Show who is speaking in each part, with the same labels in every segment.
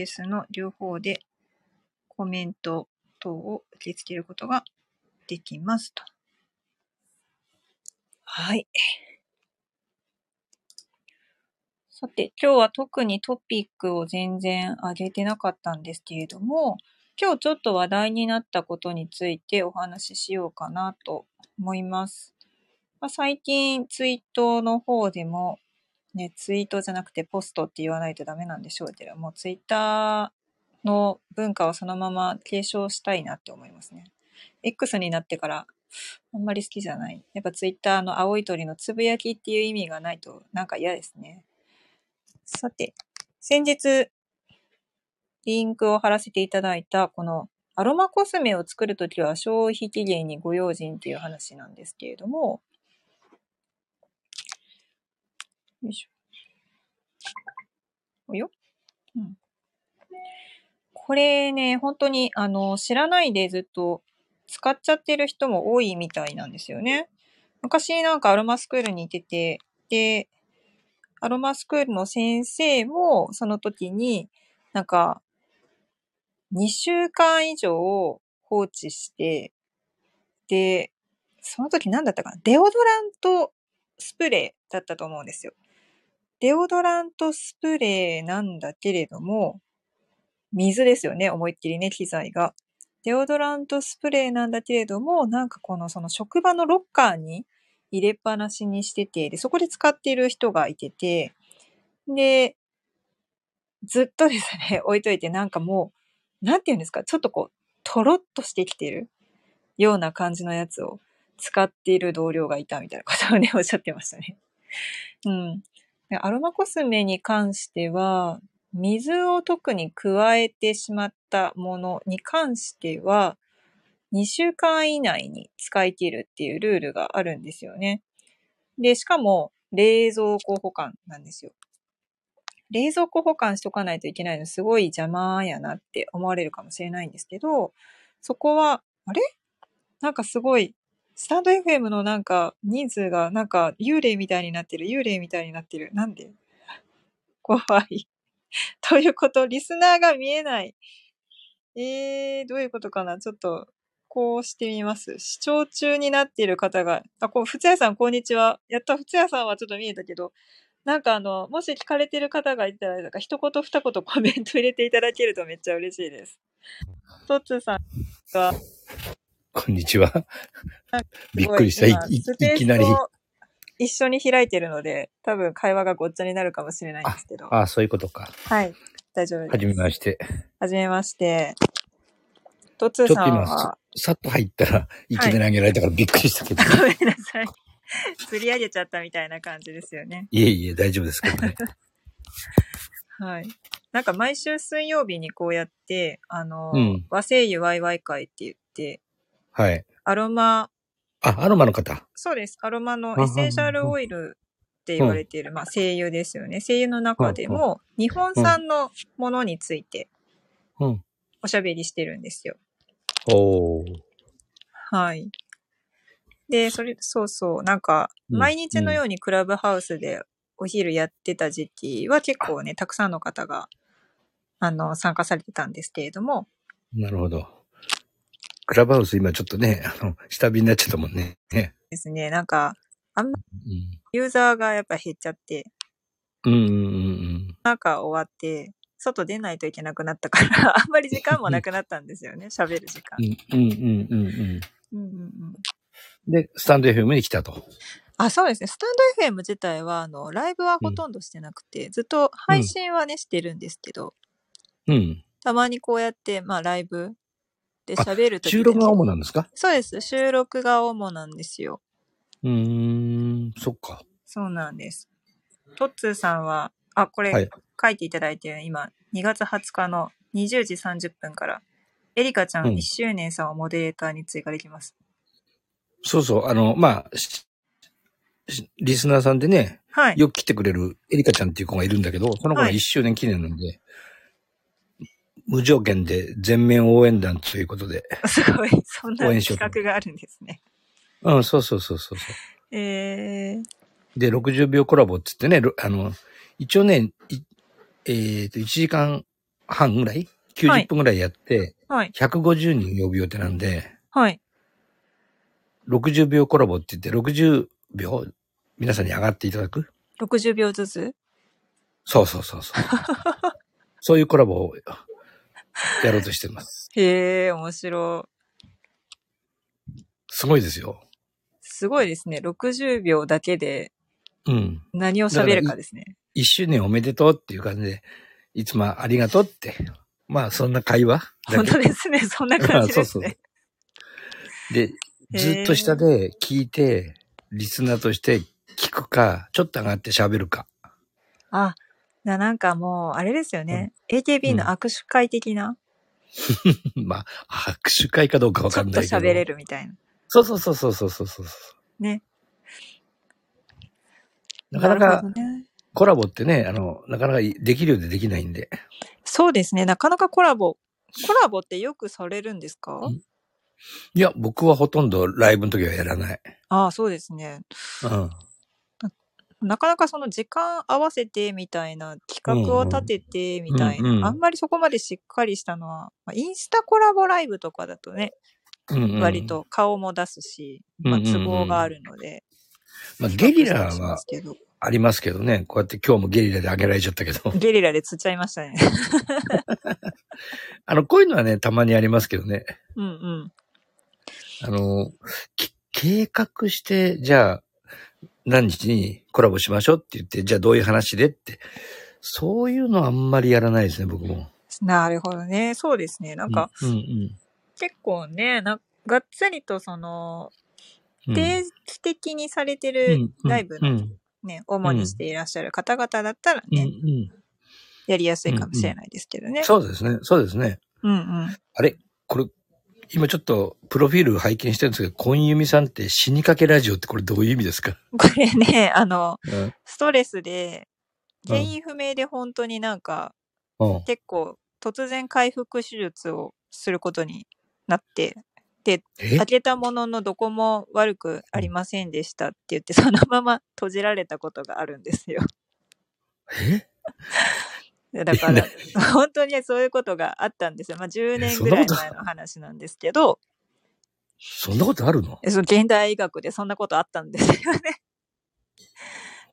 Speaker 1: ースの両方でコメント等を受け付けることができますと。はい。さて、今日は特にトピックを全然上げてなかったんですけれども、今日ちょっと話題になったことについてお話ししようかなと思います。まあ、最近ツイートの方でも、ね、ツイートじゃなくてポストって言わないとダメなんでしょうけども、ツイッターの文化をそのまま継承したいなって思いますね。X になってからあんまり好きじゃない。やっぱツイッターの青い鳥のつぶやきっていう意味がないとなんか嫌ですね。さて、先日リンクを貼らせていただいたこのアロマコスメを作るときは消費期限にご用心っていう話なんですけれども、よいしょ。およ、うん、これね、本当にあの知らないでずっと使っちゃってる人も多いみたいなんですよね。昔なんかアロマスクールに行ってて、で、アロマスクールの先生もその時になんか2週間以上放置して、で、その時何だったかなデオドラントスプレーだったと思うんですよ。デオドラントスプレーなんだけれども、水ですよね、思いっきりね、機材が。デオドラントスプレーなんだけれども、なんかこのその職場のロッカーに入れっぱなしにしてて、で、そこで使っている人がいてて、で、ずっとですね、 置いといて、なんかもう、なんて言うんですか、ちょっとこう、とろっとしてきてるような感じのやつを使っている同僚がいたみたいなことをね、おっしゃってましたね。うん。でアロマコスメに関しては、水を特に加えてしまったものに関しては、2週間以内に使い切るっていうルールがあるんですよね。で、しかも冷蔵庫保管なんですよ。冷蔵庫保管しとかないといけないのすごい邪魔やなって思われるかもしれないんですけど、そこは、あれなんかすごい、スタンド FM のなんか人数がなんか幽霊みたいになってる、幽霊みたいになってる。なんで 怖い。ということ、リスナーが見えない。えー、どういうことかなちょっと、こうしてみます。視聴中になっている方が、あ、こう、ふつやさん、こんにちは。やった、ふつやさんはちょっと見えたけど、なんかあの、もし聞かれてる方がいたら、なんか一言二言コメント入れていただけるとめっちゃ嬉しいです。トッツーさんが、
Speaker 2: こんにちは
Speaker 1: あ。
Speaker 2: びっくりした。い
Speaker 1: すごい
Speaker 2: い
Speaker 1: 今スペ
Speaker 2: いきな
Speaker 1: ー
Speaker 2: り
Speaker 1: ス。を一緒に開いてるので、多分会話がごっちゃになるかもしれないんですけど。
Speaker 2: ああ、そういうことか。
Speaker 1: はい。大丈夫です。
Speaker 2: はじめま
Speaker 1: して。
Speaker 2: して。
Speaker 1: はじめまして。トッツ
Speaker 2: ち
Speaker 1: ー
Speaker 2: ょっ
Speaker 1: さ
Speaker 2: と
Speaker 1: ん
Speaker 2: 今、
Speaker 1: は
Speaker 2: さ、さっと入ったら、いきなり投げられたからびっくりしたけ ど。
Speaker 1: ごめんなさい。釣り上げちゃったみたいな感じですよね。
Speaker 2: いえいえ、大丈夫ですけどね。
Speaker 1: はい。なんか毎週水曜日にこうやって、あの、
Speaker 2: うん
Speaker 1: 和製油ワイワイ会って言って、
Speaker 2: はい。
Speaker 1: アロマ、
Speaker 2: あ、アロマの方。
Speaker 1: そうです。アロマのエッセンシャルオイルって言われている、まあ、精油ですよね。精油の中でも、日本産のものについて
Speaker 2: うん。
Speaker 1: おしゃべりしてるんですよ。
Speaker 2: おー。
Speaker 1: はい。で、それ、そうそう、なんか、
Speaker 2: うん
Speaker 1: 毎日のようにクラブハウスでお昼やってた時期は結構ね、たくさんの方が、あの、参加されてたんですけれども、
Speaker 2: なるほど。クラブハウス今ちょっとね、あの、下火になっちゃったもんね。ね
Speaker 1: ですね、なんか、ユーザーがやっぱ減っちゃって、
Speaker 2: うん。うんうんうん
Speaker 1: なんか終わって、外出ないといけなくなったから、 あんまり時間もなくなったんですよね、喋る時間
Speaker 2: う。ん。うんうんうんうんうん。
Speaker 1: うんうんうん。
Speaker 2: で、スタンド FM に来たと。
Speaker 1: あ、そうですね。スタンド FM 自体は、あの、ライブはほとんどしてなくて、ずっと配信はね、してるんですけど、
Speaker 2: うん。
Speaker 1: たまにこうやって、まあ、ライブで喋るとき
Speaker 2: 収録が主なんですか
Speaker 1: そうです。収録が主なんですよ。
Speaker 2: うーん、そっか。
Speaker 1: そうなんです。トッツーさんは、あ、こ
Speaker 2: は
Speaker 1: れ
Speaker 2: い
Speaker 1: 書いていただいてる、今、2月20日の20時30分から、エリカちゃん
Speaker 2: うん
Speaker 1: 1周年さんをモデレーターに追加できます。
Speaker 2: そうそう、あの、まあ、ししリスナーさんでね、
Speaker 1: はい。
Speaker 2: よく来てくれるエリカちゃんっていう子がいるんだけど、その子
Speaker 1: は
Speaker 2: が
Speaker 1: い
Speaker 2: 1周年記念なんで、無条件で全面応援団ということで。
Speaker 1: すごい。そんな企
Speaker 2: 応援しようと
Speaker 1: 画があるんですね。
Speaker 2: うん、そうそうそうそうそ
Speaker 1: えー、
Speaker 2: う。で、60秒コラボって言ってね、ろあの、一応ね、いえっ、と、1時間半ぐらい
Speaker 1: はい
Speaker 2: ?90 分ぐらいやって、
Speaker 1: はい。
Speaker 2: 150人呼ぶ予定なんで、
Speaker 1: はい。
Speaker 2: 60秒コラボって言って、60秒、皆さんに上がっていただく
Speaker 1: 60秒ずつ
Speaker 2: そうそうそうそう。 そういうコラボをやろうとしてます。
Speaker 1: へえ、面白い。
Speaker 2: すごいですよ。
Speaker 1: すごいですね。60秒だけで
Speaker 2: うん。
Speaker 1: 何を喋るかですね。
Speaker 2: 一周年おめでとうっていう感じで、いつもありがとうって。まあ、そんな会話だ
Speaker 1: 本
Speaker 2: け
Speaker 1: 当です ね。そんな感じですね。
Speaker 2: で、ずっと下で聞いて、リスナーとして聞くか、ちょっと上がって喋るか。
Speaker 1: あ、ななんかもう、あれですよね。AKB の握手会的な、
Speaker 2: まあ、握手会かどうかわ
Speaker 1: ちょ
Speaker 2: か
Speaker 1: っ
Speaker 2: ん
Speaker 1: と
Speaker 2: ないけど。
Speaker 1: 喋れるみたいな。
Speaker 2: そうそうそうそうそうそうそう。
Speaker 1: ね。
Speaker 2: なかな
Speaker 1: る
Speaker 2: か
Speaker 1: ほどね。
Speaker 2: コラボってね、あの、なかなかできるようでできないんで。
Speaker 1: そうですね。なかなかコラボ。コラボってよくされるんですか
Speaker 2: んいや、僕はほとんどライブの時はやらない。
Speaker 1: ああ、そうですね。
Speaker 2: うん。
Speaker 1: なかなかその時間合わせてみたいな企画を立ててみたいな、
Speaker 2: うんうん
Speaker 1: あんまりそこまでしっかりしたのは、まあ、インスタコラボライブとかだとね、
Speaker 2: うんうん
Speaker 1: 割、と顔も出すし、まあ、
Speaker 2: うんうんう
Speaker 1: 都
Speaker 2: ん
Speaker 1: 合があるので、
Speaker 2: まあ、ゲリラ
Speaker 1: 比較したりしま
Speaker 2: は
Speaker 1: すけど
Speaker 2: ありますけどね。こうやって今日もゲリラで上げられちゃったけど。
Speaker 1: ゲリラで釣っちゃいましたね。
Speaker 2: あの、こういうのはね、たまにありますけどね。
Speaker 1: うんうん。
Speaker 2: あの、き計画して、じゃあ、何日にコラボしましょうって言って、じゃあどういう話でって。そういうのあんまりやらないですね、僕も。
Speaker 1: なるほどね。そうですね。なんか、
Speaker 2: うんうん
Speaker 1: 結構ね、ながっつりとその、
Speaker 2: うん。
Speaker 1: 定期的にされて
Speaker 2: うん
Speaker 1: る、
Speaker 2: うん
Speaker 1: ライブ
Speaker 2: う
Speaker 1: の
Speaker 2: ん
Speaker 1: ね、主にしていらっしゃる方々だったら
Speaker 2: うん
Speaker 1: ね、やりやすいかもしれないですけど
Speaker 2: う
Speaker 1: ね
Speaker 2: ん。。そうですね、そうですね。
Speaker 1: うんうん。
Speaker 2: あれこれ、今ちょっと、プロフィール拝見してるんですけど、今由美さんって死にかけラジオってこれどういう意味ですか、
Speaker 1: これね、あの、
Speaker 2: うん、
Speaker 1: ストレスで、
Speaker 2: うん
Speaker 1: 原因不明で本当になんか、
Speaker 2: うん
Speaker 1: 結構突然回復手術をすることになって、
Speaker 2: え
Speaker 1: 開けたもののどこも悪くありませんでしたって言って、そ のまま閉じられたことがあるんですよ。
Speaker 2: え
Speaker 1: だから、 本当にそういうことがあったんですよ。まあ、10年ぐらい前の話なんですけ ど、
Speaker 2: そんなことあるの
Speaker 1: その現代医学でそんなことあったんです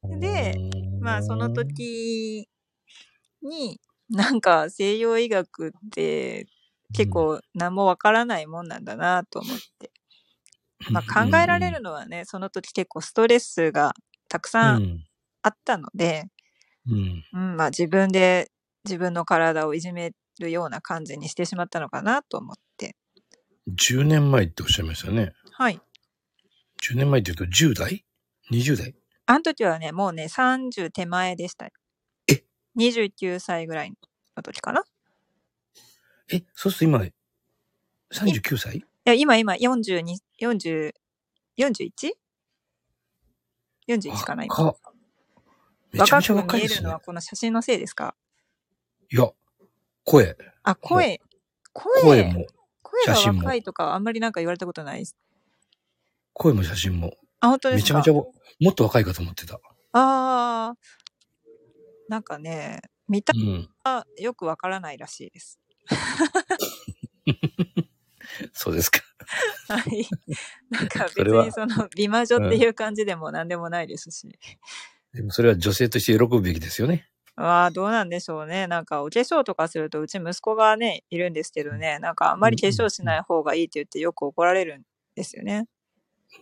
Speaker 1: よね。で、まあその。時になんか西洋医学って結構何もわからないもんなんだなと思って、まあ、考えられるのはねその時結構ストレスがたくさ
Speaker 2: うんん。
Speaker 1: あったので、
Speaker 2: うん。
Speaker 1: うんまあ、自分で自分の体をいじめるような感じにしてしまったのかなと思って
Speaker 2: 10年前っておっしゃいましたね。
Speaker 1: はい
Speaker 2: 10年前って言うと10代 ?20 代
Speaker 1: あの時はねもうね30手前でした
Speaker 2: え
Speaker 1: 29歳ぐらいの時かな
Speaker 2: え、そうすると今、39歳
Speaker 1: いや、今、今、42、40、41?41 かな、今。
Speaker 2: 若めちゃめちゃ
Speaker 1: く
Speaker 2: 若
Speaker 1: 見
Speaker 2: い
Speaker 1: え
Speaker 2: で
Speaker 1: る
Speaker 2: す
Speaker 1: の
Speaker 2: ね
Speaker 1: は。この写真のせいですか
Speaker 2: いや、声、
Speaker 1: あ、声、声、声
Speaker 2: 声も、
Speaker 1: が
Speaker 2: 写真も
Speaker 1: 若いとか、あんまりなんか言われたことないです。
Speaker 2: 声も写真も、
Speaker 1: あ、本当で
Speaker 2: め
Speaker 1: す
Speaker 2: ち
Speaker 1: か
Speaker 2: ゃめちゃ、もっと若いかと思ってた。
Speaker 1: あー、なんかね、見た
Speaker 2: うん。
Speaker 1: 目はよくわからないらしいです。
Speaker 2: そうですか。
Speaker 1: はい。 なんか別
Speaker 2: それは
Speaker 1: にその、美魔女っていう感じでも何でもないですし。
Speaker 2: でもそれは女性として喜ぶべきですよね。
Speaker 1: わあ、どうなんでしょうね。なんか、お化粧とかすると、うち息子がね、いるんですけどね、なんかあんまり化粧しない方がいいって言ってよく怒られるんですよね。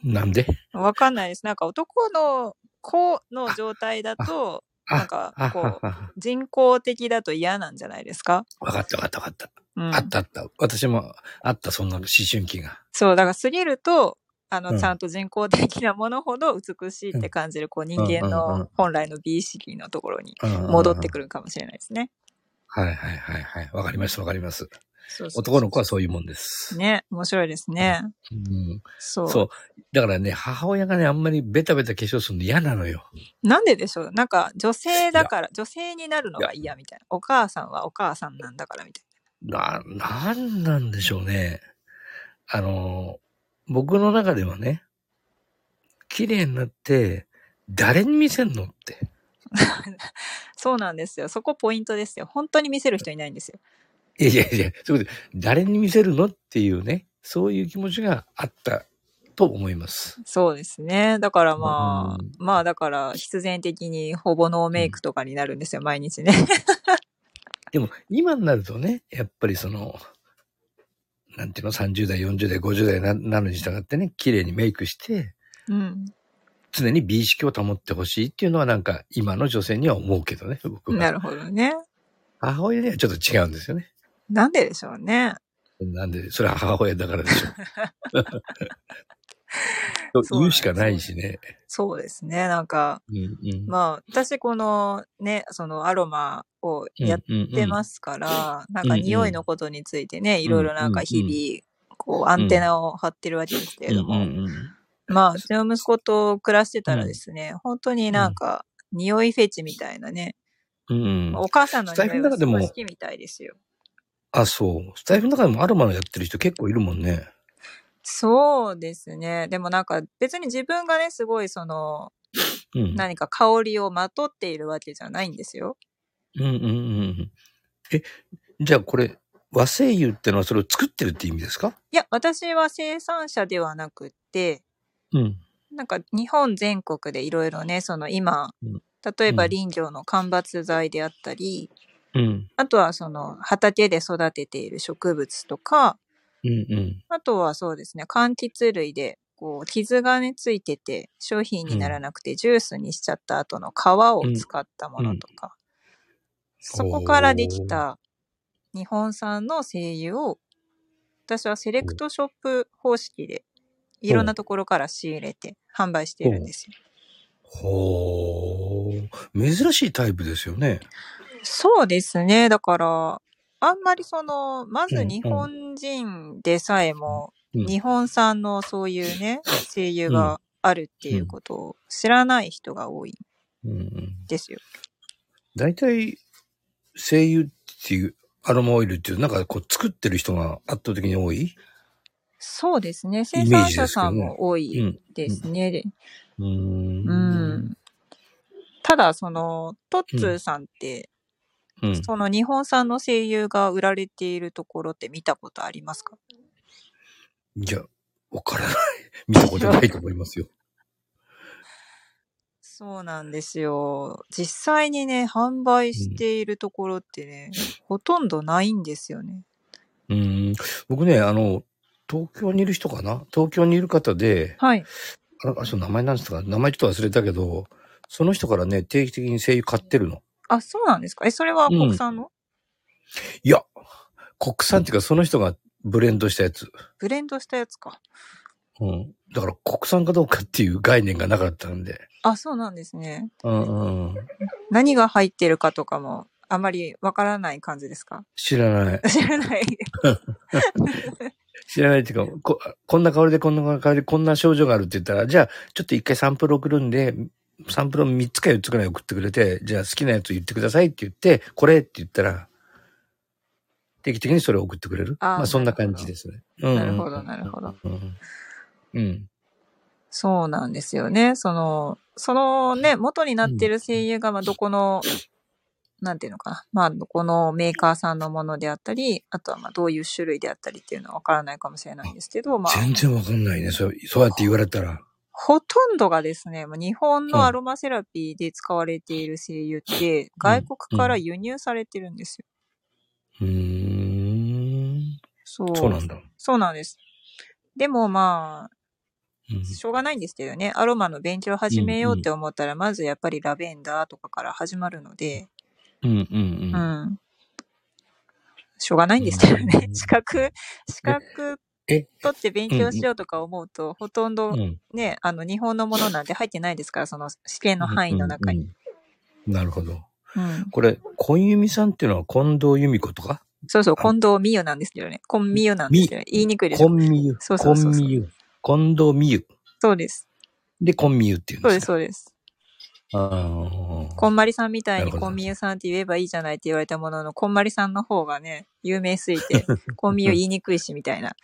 Speaker 2: なんで
Speaker 1: わかんないです。なんか男の子の状態だと、
Speaker 2: あ
Speaker 1: なんか
Speaker 2: あ
Speaker 1: こう
Speaker 2: はは
Speaker 1: 人工的だと嫌なんじゃないですか。
Speaker 2: わかったわかったわかった。
Speaker 1: うん
Speaker 2: あ。ったあった。私もあった、そんな思春期が。
Speaker 1: そう、だから過ぎると、あ
Speaker 2: う
Speaker 1: の、
Speaker 2: ん
Speaker 1: ちゃんと人工的なものほど美しいって感じる、こう人間
Speaker 2: うんうんうん
Speaker 1: の本来の美意識のところに戻
Speaker 2: 戻
Speaker 1: ってく
Speaker 2: る。
Speaker 1: るかもしれないですね。
Speaker 2: はいはいはいはい。わかりますわかります。
Speaker 1: そうそう
Speaker 2: 男の子はそういうもんです。
Speaker 1: ね、面白いですね。
Speaker 2: うん、
Speaker 1: そう。
Speaker 2: そう。だからね、母親がね、あんまりベタベタ化粧するの嫌なのよ。
Speaker 1: なんででしょうなんか女性だから女性になるのが嫌みたいなお母さんはお母さんなんだからみたい
Speaker 2: な、なんなんでしょうね。あの、僕の中ではね、綺麗になって、誰に見せんのって。
Speaker 1: そうなんですよ。そこポイントですよ。本当に見せる人いないんですよ。
Speaker 2: いやいやいや、そういうこと誰に見せるのっていうね、そういう気持ちがあったと思います。
Speaker 1: そうですね。だからまあ、
Speaker 2: うん
Speaker 1: まあだから必然的にほぼノーメイクとかになるんですよ、毎日ね。
Speaker 2: でも今になるとね、やっぱりその、なんていうの、30代、40代、50代ななるに従ってね、綺麗にメイクして、
Speaker 1: うん。
Speaker 2: 常に美意識を保ってほしいっていうのはなんか今の女性には思うけどね、僕
Speaker 1: な
Speaker 2: は。
Speaker 1: るほどね。
Speaker 2: 母親にはちょっと違うんですよね。
Speaker 1: なんででしょうね。
Speaker 2: なんで、それは母親だからでし ょ。
Speaker 1: そううなん
Speaker 2: 言う
Speaker 1: です
Speaker 2: しかないしね。
Speaker 1: そうですね。なんか、
Speaker 2: うんうん
Speaker 1: まあ私このね、そのアロマをやっ
Speaker 2: うんうんうん
Speaker 1: てますから、なんか匂いのことについてね、いろいろなんか日々、こうアンテナを張ってるわけですけれども、
Speaker 2: うんうんうん
Speaker 1: まあ、うちの息子と暮らしてたらですね、本当になんか、匂いフェチみたいなね、
Speaker 2: うん
Speaker 1: お母さんの匂
Speaker 2: スタイ
Speaker 1: い
Speaker 2: フの
Speaker 1: が
Speaker 2: 中
Speaker 1: す
Speaker 2: で
Speaker 1: ご
Speaker 2: も
Speaker 1: い好きみたいですよ。
Speaker 2: あ、そう。スタイフの中でもアロマのやってる人結構いるもんね。
Speaker 1: そうですね。でもなんか別に自分がね、すごいその、
Speaker 2: うん。
Speaker 1: 何か香りをまとっているわけじゃないんですよ。
Speaker 2: うんうんうんうん。え、じゃあこれ、和製油ってのはそれを作ってるって意味ですか
Speaker 1: いや、私は生産者ではなくって、
Speaker 2: うん。
Speaker 1: なんか日本全国でいろいろね、その今
Speaker 2: うん、
Speaker 1: 例えば
Speaker 2: うん
Speaker 1: 林業の間伐材であったり、
Speaker 2: うん。
Speaker 1: あとはその畑で育てている植物とか、
Speaker 2: うんうん。
Speaker 1: あとはそうですね、柑橘類で、こう、傷がね、ついてて、商品にならなくて、ジュースにしちゃった後の皮を使ったものとか、そこからできた日本産の精油を、私はセレクトショップ方式で、いろんなところから仕入れて販売しているんですよ。
Speaker 2: ほー。珍しいタイプですよね。
Speaker 1: そうですね、だから、あんまりその、まず日本人でさえも、
Speaker 2: うん
Speaker 1: 日本産のそういうね、声優があるっていうことを知らない人が多いん
Speaker 2: うんうん。
Speaker 1: ですよ。
Speaker 2: 大体、精油っていう、アロマオイルっていう、なんかこう作ってる人が圧倒的に多い
Speaker 1: そうですね。
Speaker 2: イメ
Speaker 1: 生
Speaker 2: ージですけどね
Speaker 1: 産者さんも多いですね。で
Speaker 2: うーん
Speaker 1: うん。ただ、その、トッツーさんって、
Speaker 2: うん。
Speaker 1: その日本産の声優が売られているところって見たことありますか
Speaker 2: いや、わからない。見たことないと思いますよ。
Speaker 1: そうなんですよ。実際にね、販売しているところってね、ほとんどないんですよね。
Speaker 2: うん。僕ね、あの、東京にいる人かな東京にいる方で、
Speaker 1: はい。
Speaker 2: あの、あそう、名前なんですか名前ちょっと忘れたけど、その人からね、定期的に精油買ってるの。
Speaker 1: あ、そうなんですかえ、それは国産の、
Speaker 2: いや、国産っていうか、その人がブレンドしたやつ。
Speaker 1: ブレンドしたやつか。
Speaker 2: うん。だから国産かどうかっていう概念がなかったんで。
Speaker 1: あ、そうなんですね。
Speaker 2: うんうん。
Speaker 1: 何が入ってるかとかも、あまりわからない感じですか
Speaker 2: 知らない。
Speaker 1: 知らない。
Speaker 2: 知らないっていうか、ここんな香りでこんな香りでこんな症状があるって言ったら、じゃあ、ちょっと一回サンプル送るんで、サンプルを3つか4つくらい送ってくれて、じゃあ好きなやつ言ってくださいって言って、これって言ったら、定期的にそれを送ってくれる。
Speaker 1: あー
Speaker 2: まあそんな感じですね。うんうん
Speaker 1: なるほど、なるほど。
Speaker 2: うんうん。
Speaker 1: そうなんですよね。その、そのね、元になってる声優が、まあ、どこの、なんていうのかな。まあ、どこのメーカーさんのものであったり、あとは、まあ、どういう種類であったりっていうのはわからないかもしれないんですけど、まあ、
Speaker 2: 全然わかんないね。そう、そうやって言われたら。
Speaker 1: ほとんどがですね、まあ日本
Speaker 2: うん
Speaker 1: のアロマセラピーで使われている声優って、外国から輸入されてるんですよ。
Speaker 2: うーん。
Speaker 1: そう。
Speaker 2: そうなんだ。
Speaker 1: そうなんです。でもまあ、
Speaker 2: うん
Speaker 1: しょうがないんですけどね、アロマの勉強を始めようって思ったら、まずやっぱりラベンダーとかから始まるので、
Speaker 2: うんう
Speaker 1: うん
Speaker 2: うん。
Speaker 1: ん。しょうがないんですけどね
Speaker 2: う、ん
Speaker 1: 資格、資格
Speaker 2: え
Speaker 1: 取って勉強しようとか思うと、ほとんど
Speaker 2: うん
Speaker 1: ね、あの、日本のものなんて入ってないですから、その試験の範囲の中に。。
Speaker 2: うんなるほど。
Speaker 1: うん。
Speaker 2: これ、今由美さんっていうのは近藤由美子とか
Speaker 1: そうそう、近藤美優なんですけどね。近美優なんですけどね。言いにくいでしょ。
Speaker 2: 近美優。
Speaker 1: そうそうそうそう
Speaker 2: 近美優。近藤美優。
Speaker 1: そうです。
Speaker 2: で、近美優っていうん
Speaker 1: そうで
Speaker 2: ですね
Speaker 1: す、。そうです。
Speaker 2: あ
Speaker 1: こんまりさんみたい
Speaker 2: な
Speaker 1: に
Speaker 2: るほど
Speaker 1: コンミユさんって言えばいいじゃないって言われたものの、こんまりさんの方がね、有名すぎ て、コンミユ言いにくいしみたいな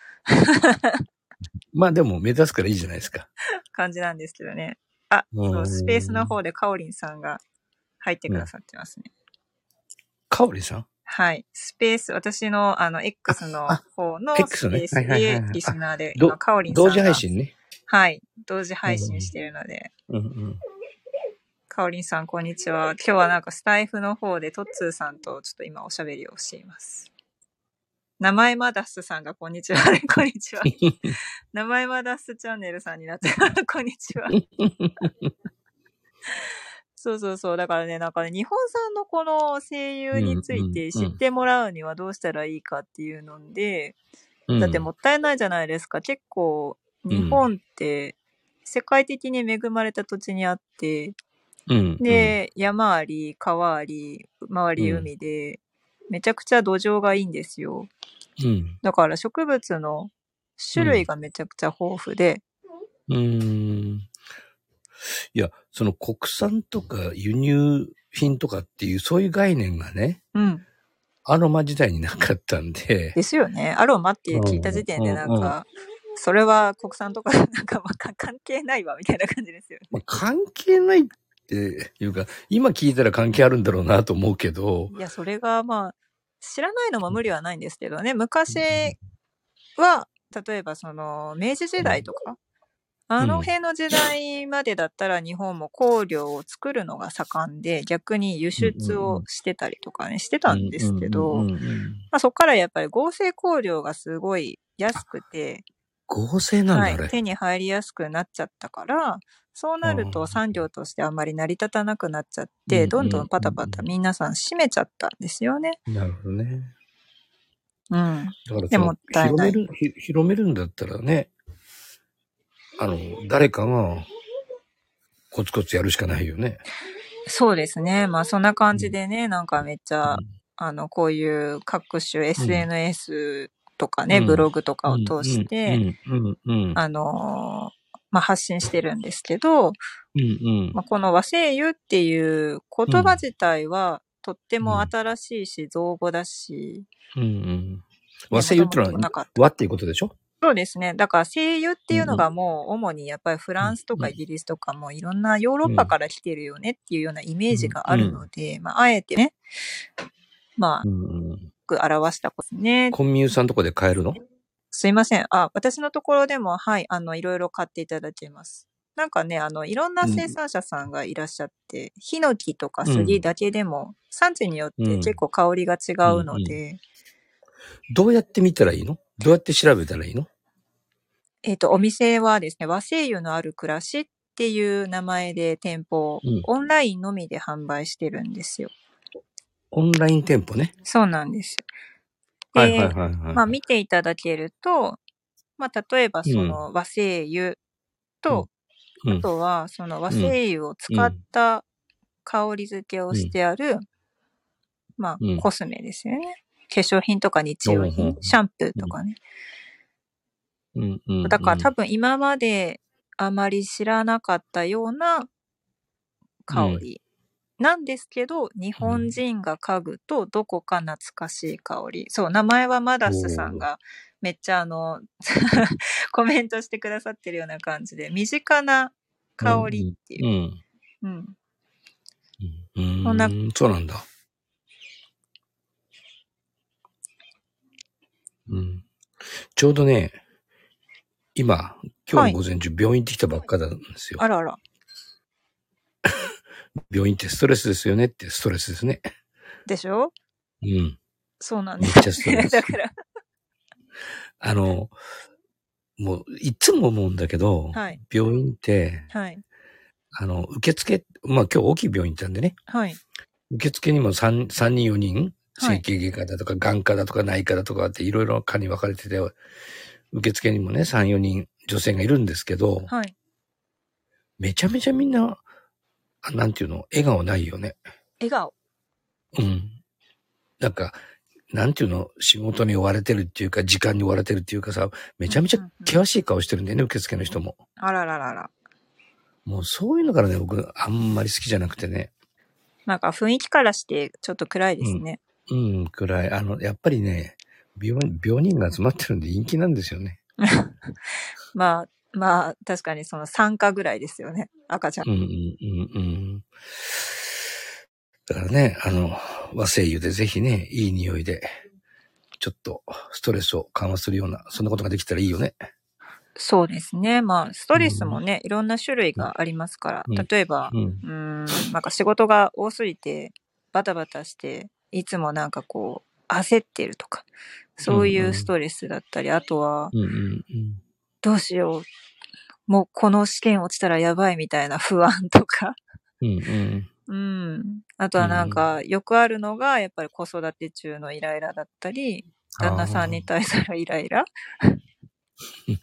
Speaker 2: まあでも目指すからいいじゃないですか。
Speaker 1: 感じなんですけどね。あ、そううんスペースの方でカオリンさんが入ってくださってますね。
Speaker 2: かおりさん
Speaker 1: はい。スペース、私の、あの、X の
Speaker 2: あ
Speaker 1: 方の
Speaker 2: X
Speaker 1: ス
Speaker 2: ね
Speaker 1: ペース
Speaker 2: はいはいは
Speaker 1: で
Speaker 2: い、
Speaker 1: リスナーで、
Speaker 2: ど
Speaker 1: 今、かおりんさん
Speaker 2: 同
Speaker 1: が。
Speaker 2: 時配信ね。
Speaker 1: はい。同時配信してるので、
Speaker 2: うんうん。
Speaker 1: かおりんさん、こんにちは。今日はなんか、スタイフの方で、トッツーさんと、ちょっと今、おしゃべりをしています。名前マダスさんが、こんにちは。 こんにちは。名前マダスチャンネルさんになって、 こんにちは。そうそうそう。だからね、なんかね、日本産のこの声優について知ってもらうにはどうしたらいいかっていうので、
Speaker 2: うん
Speaker 1: だってもったいないじゃないですか。結構、日本って世界的に恵まれた土地にあって、
Speaker 2: うん、
Speaker 1: で、山あり、川あり、周り
Speaker 2: うん
Speaker 1: 海で、めちゃくちゃ土壌がいいんですよ。
Speaker 2: うん、
Speaker 1: だから植物の種類がめちゃくちゃ豊富で、
Speaker 2: うん。うん。いや、その国産とか輸入品とかっていう、そういう概念がね、
Speaker 1: うん、
Speaker 2: アロマ時代になかったんで、
Speaker 1: ですよね。アロマって聞いた時点でなん
Speaker 2: うんうんう
Speaker 1: か、それは国産とかなんかまあか関係ないわみたいな感じですよね。
Speaker 2: まあ、関係ないっていうか、今聞いたら関係あるんだろうなと思うけど、
Speaker 1: いや、それがまあ、知らないのも無理はないんですけどね。昔は、例えばその、明治時代とか、あの辺の時代までだったら日本も香料を作るのが盛んで、逆に輸出をしてたりとかね、してたんですけ
Speaker 2: う
Speaker 1: ど
Speaker 2: ん、うんうんうん
Speaker 1: まあそこからやっぱり合成香料がすごい安くて、
Speaker 2: 合成なんだ、
Speaker 1: は
Speaker 2: あ
Speaker 1: い、
Speaker 2: れ。
Speaker 1: 手に入りやすくなっちゃったからそうなる
Speaker 2: う
Speaker 1: と
Speaker 2: ん
Speaker 1: 産業としてあんまり成り立たなくなっちゃっ
Speaker 2: うん
Speaker 1: て、
Speaker 2: うん
Speaker 1: どんどんパタパタ皆さん閉めちゃったんですよね。
Speaker 2: なるほどね。
Speaker 1: うん、
Speaker 2: だから
Speaker 1: でもったいない
Speaker 2: 広めるひ広めるんだったらね、あの、誰かがコツコツやるしかないよね。
Speaker 1: そうですねまあそんな感じでね、なんかめっちゃ、あのこういう各種 SNS とかね、
Speaker 2: うん
Speaker 1: ブログとかを通して、
Speaker 2: うん、うん、うん、うん
Speaker 1: あのーまあ、発信してるんですけど、
Speaker 2: うん、
Speaker 1: まあ、この和声優っていう言葉自体はとっても新しいし造語だし、
Speaker 2: うん、うん。和製油っての
Speaker 1: 元々な
Speaker 2: は
Speaker 1: かった
Speaker 2: 和っていうことでしょ
Speaker 1: そうですね。だから声優っていうのがもう主にやっぱりフランスとかイギリスとかもういろんなヨーロッパから来てるよねっていうようなイメージがあるので、まあ、あえてね、まあ、
Speaker 2: うん、うん。
Speaker 1: よく表したことですね。
Speaker 2: コンミューさんとこで買えるの
Speaker 1: すいません。あ、私のところでも、はい、あの、いろいろ買っていただけます。なんかね、あの、いろんな生産者さんがいらっしゃって、ヒノキとか杉だけでも、産地によって結構香りが違うので、
Speaker 2: どうやって見たらいいのどうやって調べたらいいの
Speaker 1: えっ、と、お店はですね、和製油のある暮らしっていう名前で店舗を
Speaker 2: うん
Speaker 1: オンラインのみで販売してるんですよ。
Speaker 2: オンライン店舗ね。
Speaker 1: そうなんです。で、
Speaker 2: はいはいはいはい。
Speaker 1: まあ見ていただけると、まあ例えばその和製油と、
Speaker 2: うん
Speaker 1: あとはその和製油を使った香り付けをしてある、ま
Speaker 2: うん
Speaker 1: あコスメですよね。化粧品とか日用
Speaker 2: うんうん
Speaker 1: 品
Speaker 2: う、ん
Speaker 1: シャンプーとかね。
Speaker 2: うんうんうん
Speaker 1: だから多分今まであまり知らなかったような香りなんですけど、日本人が嗅ぐとどこか懐かしい香り。そう、名前はマダスさんがめっちゃあの、 コメントしてくださってるような感じで、身近な香りっていう。
Speaker 2: うん。
Speaker 1: うん。
Speaker 2: うん。
Speaker 1: こんな
Speaker 2: そうなんだ。うん。ちょうどね、今、今
Speaker 1: は
Speaker 2: 日
Speaker 1: い
Speaker 2: の午前中、病院行ってきたばっかなんですよ。
Speaker 1: あらあら。
Speaker 2: 病院ってストレスですよねってストレスですね。
Speaker 1: でしょ
Speaker 2: うん。
Speaker 1: そうなん
Speaker 2: め
Speaker 1: で
Speaker 2: っ
Speaker 1: す。
Speaker 2: ちゃストレ ス
Speaker 1: だ。から、
Speaker 2: あの、もう、いつも思うんだけど、
Speaker 1: はい、
Speaker 2: 病院って、
Speaker 1: はい、
Speaker 2: あの、受付、まあ今日大きい病院行ったんでね、
Speaker 1: はい、
Speaker 2: 受付にも 3, 三人4人、
Speaker 1: は
Speaker 2: 整
Speaker 1: い
Speaker 2: 形外科だとか、眼科だとか、内科だとかっていろいろ科に分かれてて、受付にもね、3、4人女性がいるんですけど、
Speaker 1: はい。
Speaker 2: めちゃめちゃみんな、あなんていうの、笑顔ないよね。
Speaker 1: 笑顔。
Speaker 2: うん。なんか、なんていうの、仕事に追われてるっていうか、時間に追われてるっていうかさ、めちゃめち
Speaker 1: うんう
Speaker 2: ゃ
Speaker 1: んうん
Speaker 2: 険しい顔してるんだよね、受付の人も。
Speaker 1: あらららら。
Speaker 2: もうそういうのからね、僕、あんまり好きじゃなくてね。
Speaker 1: なんか雰囲気からしてちょっと暗いですね。
Speaker 2: うん、くらい。あの、やっぱりね、病病人が集まってるんで陰気なんですよね。
Speaker 1: まあ、まあ、確かにその3価ぐらいですよね。赤ちゃん。
Speaker 2: うんうんうんうん。だからね、あの、和製油でぜひね、いい匂いで、ちょっとストレスを緩和するような、そんなことができたらいいよね。
Speaker 1: そうですね。まあ、ストレスもね、いろんな種類がありますから、
Speaker 2: うん
Speaker 1: 例えば、
Speaker 2: うん。
Speaker 1: うーん、なんか仕事が多すぎて、バタバタして、いつもなんかこう、焦ってるとか、そうい
Speaker 2: んう
Speaker 1: ううんストレスだったり、あとは、
Speaker 2: うんうんうん。
Speaker 1: どうしよう、もうこの試験落ちたらやばいみたいな不安とか、
Speaker 2: うんうん。
Speaker 1: うん。あとはなんか、よくあるのが、やっぱり子育て中のイライラだったり、旦那さんに対するイライラ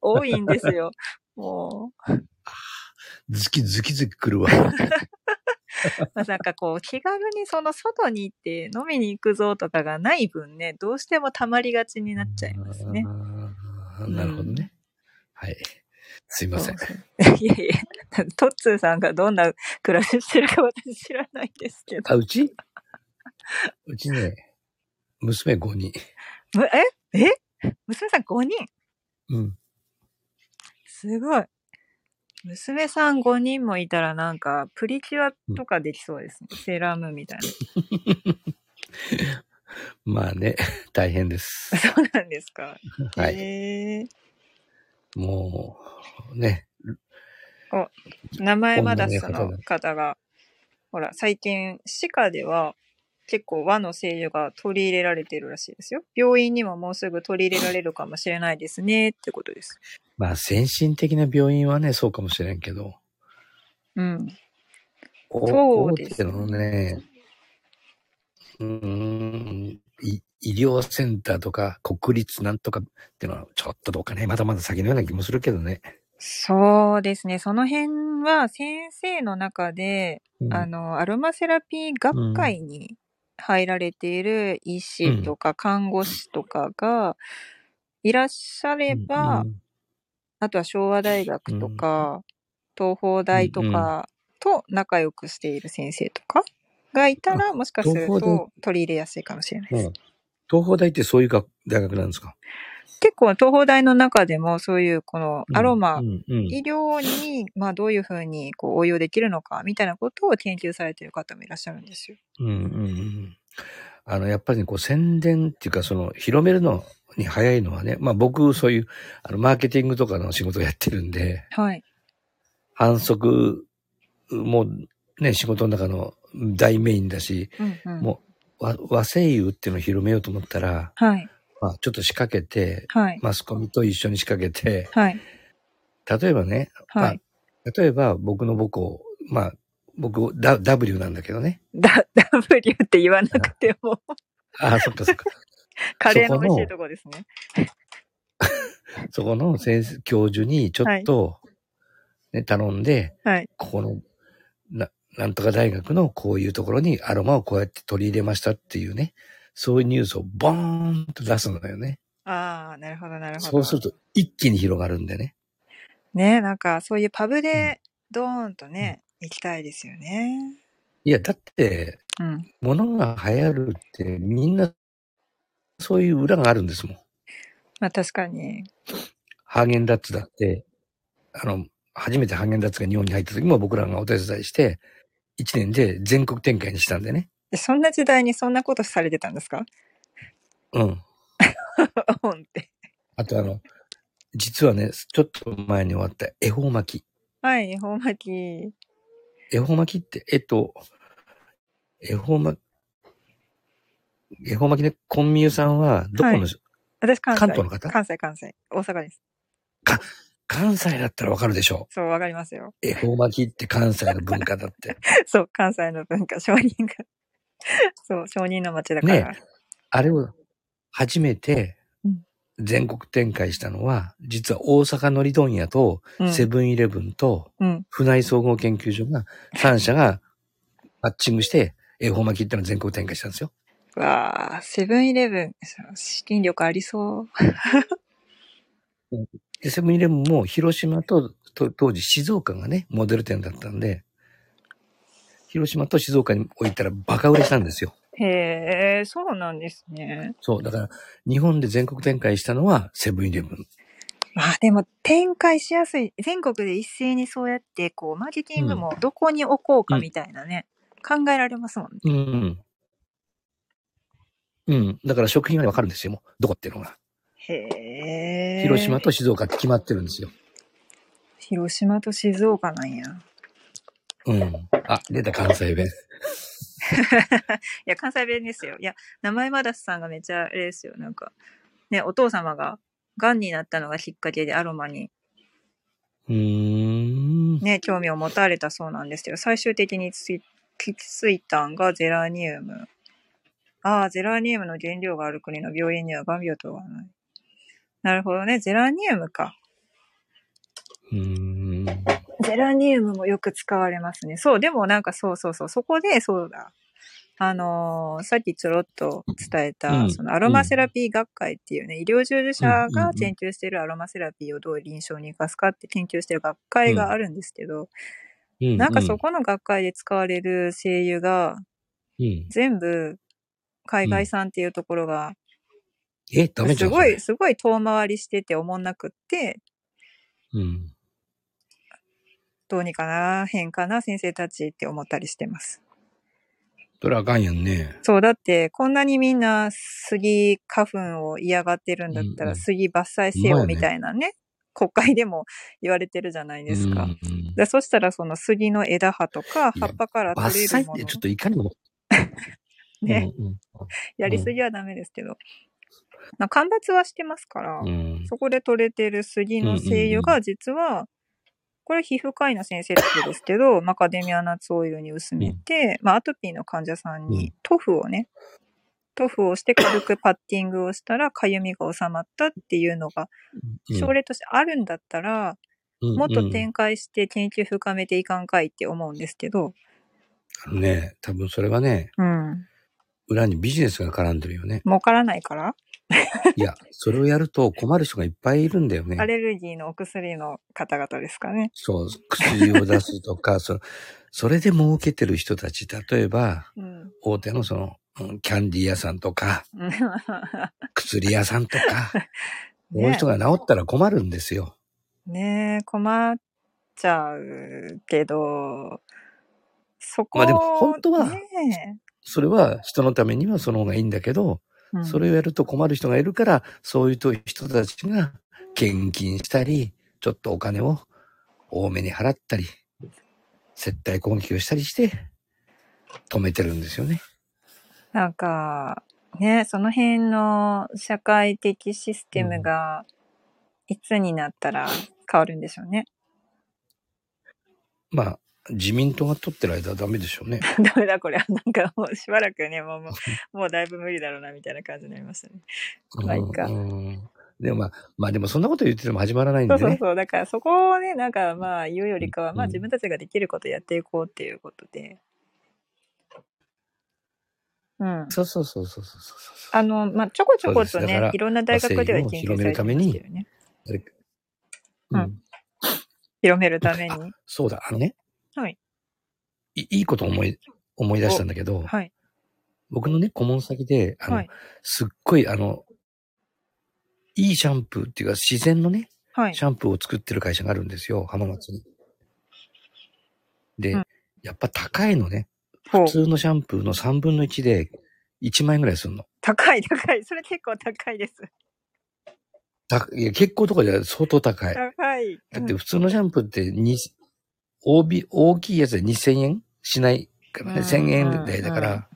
Speaker 1: 多いんですよ。も
Speaker 2: ズキズキズキ来るわ。
Speaker 1: う、まあ、なんかこう、気軽にその外に行って飲みに行くぞとかがない分ね、どうしても溜まりがちになっちゃいますね。
Speaker 2: あー。なるほどね。はい。すいません。
Speaker 1: そうそういやいや、トッツーさんがどんな暮らししてるか私知らないですけど。
Speaker 2: あ、うちうちね、娘5人。
Speaker 1: むええ娘さん5人
Speaker 2: うん。
Speaker 1: すごい。娘さん5人もいたらなんか、プリキュアとかできそうですね。セーラームーンみたいな。
Speaker 2: まあね、大変です。
Speaker 1: そうなんですか。
Speaker 2: はい。
Speaker 1: へえ
Speaker 2: もう、ね。
Speaker 1: 名前まだ
Speaker 2: こんなね
Speaker 1: その方が、ほら、最近、歯科では結構和の声優が取り入れられてるらしいですよ。病院にももうすぐ取り入れられるかもしれないですね、ってことです。
Speaker 2: まあ、先進的な病院はね、そうかもしれんけど。
Speaker 1: うん。
Speaker 2: お
Speaker 1: そうです
Speaker 2: 大手のね、うーん、い医療センターとか国立なんとかってのはちょっとどうかね、まだまだ先のような気もするけどね。
Speaker 1: そうですね。その辺は先生の中で、
Speaker 2: うん
Speaker 1: あの、アロマセラピー学会に入られている医師とか看護師とかがいらっしゃれば、
Speaker 2: うん
Speaker 1: あとは昭和大学とか、東邦大とかと仲良くしている先生とかがいたら、もしかする
Speaker 2: 東邦
Speaker 1: と取り入れやすいかもしれないです
Speaker 2: もう。東邦大ってそういう学大学なんですか
Speaker 1: 結構東邦大の中でもそういうこのアロマ
Speaker 2: うんうん
Speaker 1: 医療に、まあ、どういうふうにこう応用できるのかみたいなことを研究されている方もいらっしゃるんですよ。
Speaker 2: うんうんうんあの、やっぱりねこう宣伝っていうか、その広めるのに早いのはね、まあ僕そういうあのマーケティングとかの仕事をやってるんで、
Speaker 1: はい。
Speaker 2: 反則もね、仕事の中の大メインだし、
Speaker 1: うんうん、
Speaker 2: も和和声優っていうのを広めようと思ったら、
Speaker 1: はい。
Speaker 2: まあ、ちょっと仕掛けて、
Speaker 1: はい。
Speaker 2: マスコミと一緒に仕掛けて、
Speaker 1: はい。
Speaker 2: 例えばね、ま
Speaker 1: は
Speaker 2: あ
Speaker 1: い。
Speaker 2: 例えば僕の母校、まあ、僕、ダ W なんだけどね。
Speaker 1: だ W って言わなくても、
Speaker 2: ああ、そっかそっか。
Speaker 1: カレーの美味し
Speaker 2: そこの
Speaker 1: いとこですね。
Speaker 2: そこの先生、教授にちょっと、ね、頼んで、
Speaker 1: はい。
Speaker 2: ここの、な、なんとか大学のこういうところにアロマをこうやって取り入れましたっていうね、そういうニュースをボーンと出すんだよね。
Speaker 1: ああ、なるほど、なるほど。
Speaker 2: そうすると一気に広がるんでね。
Speaker 1: ね、なんかそういうパブでドーンとね、行きたいですよね。
Speaker 2: いや、だって、
Speaker 1: うん。
Speaker 2: ものが流行るってみんなそういう裏があるんですもん。
Speaker 1: まあ確かに。
Speaker 2: ハーゲンダッツだって、あの、初めてハーゲンダッツが日本に入った時も僕らがお手伝いして、1年で全国展開にしたんでね。
Speaker 1: そんな時代にそんなことされてたんですか
Speaker 2: うん。
Speaker 1: 本って。
Speaker 2: あとあの、実はね、ちょっと前に終わった恵方巻き。
Speaker 1: はい、恵方巻き。
Speaker 2: 恵方巻きって、えっと、恵方巻き、恵方巻きね、コンミュさんは、どこの、
Speaker 1: はい私関西。
Speaker 2: 関東の方
Speaker 1: 関西、関西。大阪です。
Speaker 2: 関西だったらわかるでしょ
Speaker 1: そう、わかりますよ。
Speaker 2: う。恵方巻きって関西の文化だって。
Speaker 1: そう、関西の文化、商人が。 そう、商人の町だから。
Speaker 2: ねあれを初めて
Speaker 1: うん
Speaker 2: 全国展開したのは、実は大阪のり問屋と
Speaker 1: うん、
Speaker 2: セブンイレブンと
Speaker 1: うん。
Speaker 2: 船井総合研究所が3社がマッチングして、恵方巻きってのを全国展開したんですよ。
Speaker 1: わあ、セブンイレブン、そう資金力ありそう。
Speaker 2: で、セブンイレブンも広島とと当時静岡がね、モデル店だったんで、広島と静岡に置いたらバカ売れしたんですよ。
Speaker 1: へえ、そうなんですね。
Speaker 2: そう、だから日本で全国展開したのはセブンイレブン。
Speaker 1: まあでも展開しやすい。全国で一斉にそうやって、こう、マーケティングもどこに置こうかみたいなね。考えられますもんね。
Speaker 2: うん。うん。だから食品はねわかるんですよ、もう。どこっていうのが。
Speaker 1: へえ。
Speaker 2: 広島と静岡って決まってるんですよ。
Speaker 1: 広島と静岡なんや。い
Speaker 2: うん。あ、出た関西弁。
Speaker 1: や、関西弁ですよ。いや、名前まだすさんがめっちゃあれですよ。なんか、ね、お父様が、癌になったのがきっかけでアロマに
Speaker 2: うーん。
Speaker 1: ね、興味を持たれたそうなんですけど、最終的についきついたんがゼラニウム。ああ、ゼラニウムの原料がある国の病院には癌病棟がない。なるほどね、ゼラニウムか。
Speaker 2: うーん。
Speaker 1: ゼラニウムもよく使われますね。そう、でもなんかそうそうそう、そこでそうだ。あのーさっきちょろっと伝えた、
Speaker 2: うん
Speaker 1: そのアロマセラピー学会っていうね、医療従事者
Speaker 2: うんうんう
Speaker 1: が
Speaker 2: ん
Speaker 1: 研究しているアロマセラピーをどう臨床に生かすかって研究している学会があるんですけど、
Speaker 2: う
Speaker 1: なんかそこの学会で使われる精油が
Speaker 2: うん。
Speaker 1: 全部海外産っていうところが、
Speaker 2: え、ダメじゃ
Speaker 1: す
Speaker 2: ん。
Speaker 1: ごい、すごい遠回りしてておもんなくって、
Speaker 2: それ。うん。
Speaker 1: どうにかな、変かな、先生たちって思ったりしてます。
Speaker 2: それあかんやんね。
Speaker 1: そう、だって、こんなにみんな杉花粉を嫌がってるんだった
Speaker 2: うん
Speaker 1: ら、
Speaker 2: うん
Speaker 1: 杉伐採せ
Speaker 2: ほんまや
Speaker 1: よ
Speaker 2: ね
Speaker 1: みたいなね、国会でも言われてるじゃないですか。
Speaker 2: うんうん
Speaker 1: でそしたら、その杉の枝葉とか、
Speaker 2: い
Speaker 1: 葉
Speaker 2: や
Speaker 1: っぱから取れ
Speaker 2: 伐
Speaker 1: る
Speaker 2: 採っ
Speaker 1: もの
Speaker 2: てちょっといかにも。
Speaker 1: ね、
Speaker 2: うん
Speaker 1: やりすぎはダメですけど。まあ、干ばつはしてますから
Speaker 2: うん。、うん。
Speaker 1: そこで取れてる杉の精油が、実は、これ皮膚科医の先生だけですけ ど、マカデミアナッツオイルに薄めて、まあ、アトピーの患者さん
Speaker 2: う
Speaker 1: に塗布をね、塗布をして軽くパッティングをしたら、かゆみが収まったっていうのが、症例としてあるんだったら、
Speaker 2: うん
Speaker 1: もっと
Speaker 2: うん
Speaker 1: 展開して研究深めていかんかいって思うんですけど、
Speaker 2: あのね、多分それはね、
Speaker 1: うん。
Speaker 2: 裏にビジネスが絡んでる よね。
Speaker 1: 儲からないから、
Speaker 2: いや、それをやると困る人がいっぱいいるんだよね
Speaker 1: ア。レルギーのお薬の方々ですかね。
Speaker 2: そう、薬を出すとか、そのそれで儲けてる人たち、例えば、
Speaker 1: うん。
Speaker 2: 大手のその、うんキャンディー屋さんとか、
Speaker 1: ね
Speaker 2: 薬屋さん とか、こういう人が治ったら困るんですよ。
Speaker 1: ねえ、困っちゃうけど、そこ
Speaker 2: まあでも本当は
Speaker 1: ね
Speaker 2: それは人のためにはその方がいいんだけど、
Speaker 1: えうん
Speaker 2: それをやると困る人がいるから、そういう人たちが献金したり、ちょっとお金を多めに払ったり、接待攻撃をしたりして、止めてるんですよね。
Speaker 1: なんか、ね、その辺の社会的システムが、いつになったら変わるんでしょうね。
Speaker 2: まあ、自民党が取ってる間はダメでしょうね。
Speaker 1: ダメだ、これは。なんかもうしばらくね、もう、もう、もうだいぶ無理だろうな、みたいな感じになりましたね。まあいいか
Speaker 2: うんでもまあ、まあでもそんなこと言ってても始まらないん
Speaker 1: そ
Speaker 2: で
Speaker 1: うそう
Speaker 2: ね。
Speaker 1: そう。だからそこをね、なんかまあ言うよりかは、まあ
Speaker 2: うん
Speaker 1: 自分たちができることやっていこうっていうことで。うん。
Speaker 2: そうそうそうそうそうそうそう。
Speaker 1: あの、まあ、ちょこちょこ
Speaker 2: そ
Speaker 1: と
Speaker 2: うですだか
Speaker 1: ね、
Speaker 2: ら
Speaker 1: いろんな大学では
Speaker 2: まあ
Speaker 1: 研究されてましたよね。
Speaker 2: 誰か
Speaker 1: う
Speaker 2: うんん、
Speaker 1: 広めるために。
Speaker 2: そうだ、あのね。
Speaker 1: はい
Speaker 2: い。いいこと思い、思い出したんだけど、
Speaker 1: はい。
Speaker 2: 僕のね、顧問先で、あの、
Speaker 1: はい。
Speaker 2: すっごい、あの、いいシャンプーっていうか、自然のね、
Speaker 1: はい。
Speaker 2: シャンプーを作ってる会社があるんですよ、浜松に。で、
Speaker 1: うん
Speaker 2: やっぱ高いのね。
Speaker 1: ほう
Speaker 2: 普通のシャンプーの3分の1で1万円ぐらいするの。
Speaker 1: 高い、高い。それ結構高いです。
Speaker 2: たいや結構とかじゃ相当高い。
Speaker 1: 高い。
Speaker 2: だって普通のシャンプーってに、大び大きいやつで2000円しないからね、
Speaker 1: うん
Speaker 2: 1000円台だか
Speaker 1: うん
Speaker 2: ら、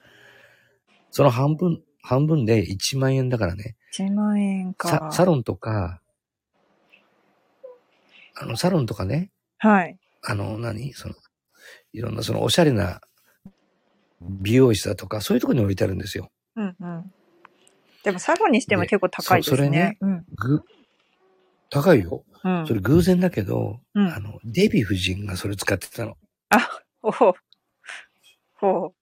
Speaker 2: その半分、半分で1万円だからね。
Speaker 1: 1万円
Speaker 2: サ
Speaker 1: か。
Speaker 2: サロンとか、あの、サロンとかね、
Speaker 1: はい。
Speaker 2: あの、何その、いろんなそのおしゃれな美容室だとか、そういうところに置いてあるんですよ。
Speaker 1: うんうん。でも、サロンにしても結構高いですね。
Speaker 2: でそそれね
Speaker 1: うん。
Speaker 2: ぐ、高いよ。
Speaker 1: うん
Speaker 2: そ。れ偶然だけど、
Speaker 1: うん
Speaker 2: あの、デヴィ夫人がそれ使ってたの。
Speaker 1: おほう。ほう。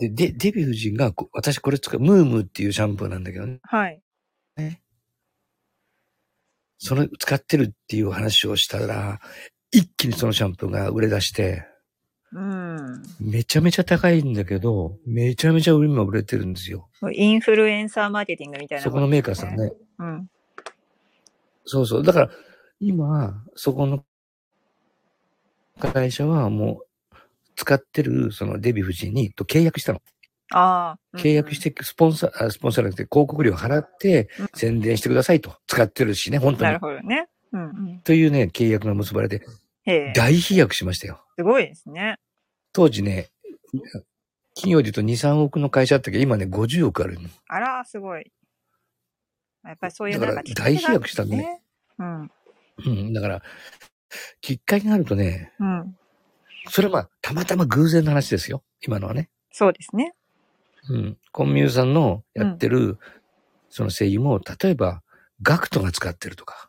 Speaker 2: で、でデヴィ夫人がこ、私これ使う、ムームーっていうシャンプーなんだけどね。
Speaker 1: はい。
Speaker 2: その使ってるっていう話をしたら、一気にそのシャンプーが売れ出して、
Speaker 1: うん。
Speaker 2: めちゃめちゃ高いんだけど、めちゃめちゃ今売れてるんですよ。
Speaker 1: インフルエンサーマーケティングみたいな
Speaker 2: そ
Speaker 1: も
Speaker 2: この
Speaker 1: んで
Speaker 2: メーカー
Speaker 1: す
Speaker 2: さ
Speaker 1: ね
Speaker 2: んね。
Speaker 1: うん。
Speaker 2: そうそう。だから、今、そこの会社はもう、使ってる、そのデヴィ夫人に、と契約したの。
Speaker 1: ああ。
Speaker 2: 契約して、スポンサー、あスポンサーじゃなくて、広告料払って
Speaker 1: うん、
Speaker 2: 宣伝してくださいと。使ってるしね、本
Speaker 1: うん。
Speaker 2: 当
Speaker 1: な
Speaker 2: に
Speaker 1: る。ほどね。うんうん。
Speaker 2: というね、契約が結ばれて、
Speaker 1: へえ。
Speaker 2: 大飛躍しましたよ。
Speaker 1: すごいですね。
Speaker 2: 当時ね、企業で言うと2、3億の会社あったけど、今ね、50億あるの。
Speaker 1: あら、すごい。やっぱりそういう
Speaker 2: だから
Speaker 1: なんきっかけがあるんです
Speaker 2: 大飛躍したね。
Speaker 1: うん。
Speaker 2: うん、だから、きっかけがあるとね、
Speaker 1: うん。
Speaker 2: それはまあ、たまたま偶然の話ですよ。今のはね。
Speaker 1: そうですね。
Speaker 2: うん。コンミューさんのやってる、その声優も、例えば、ガクトが使ってるとか。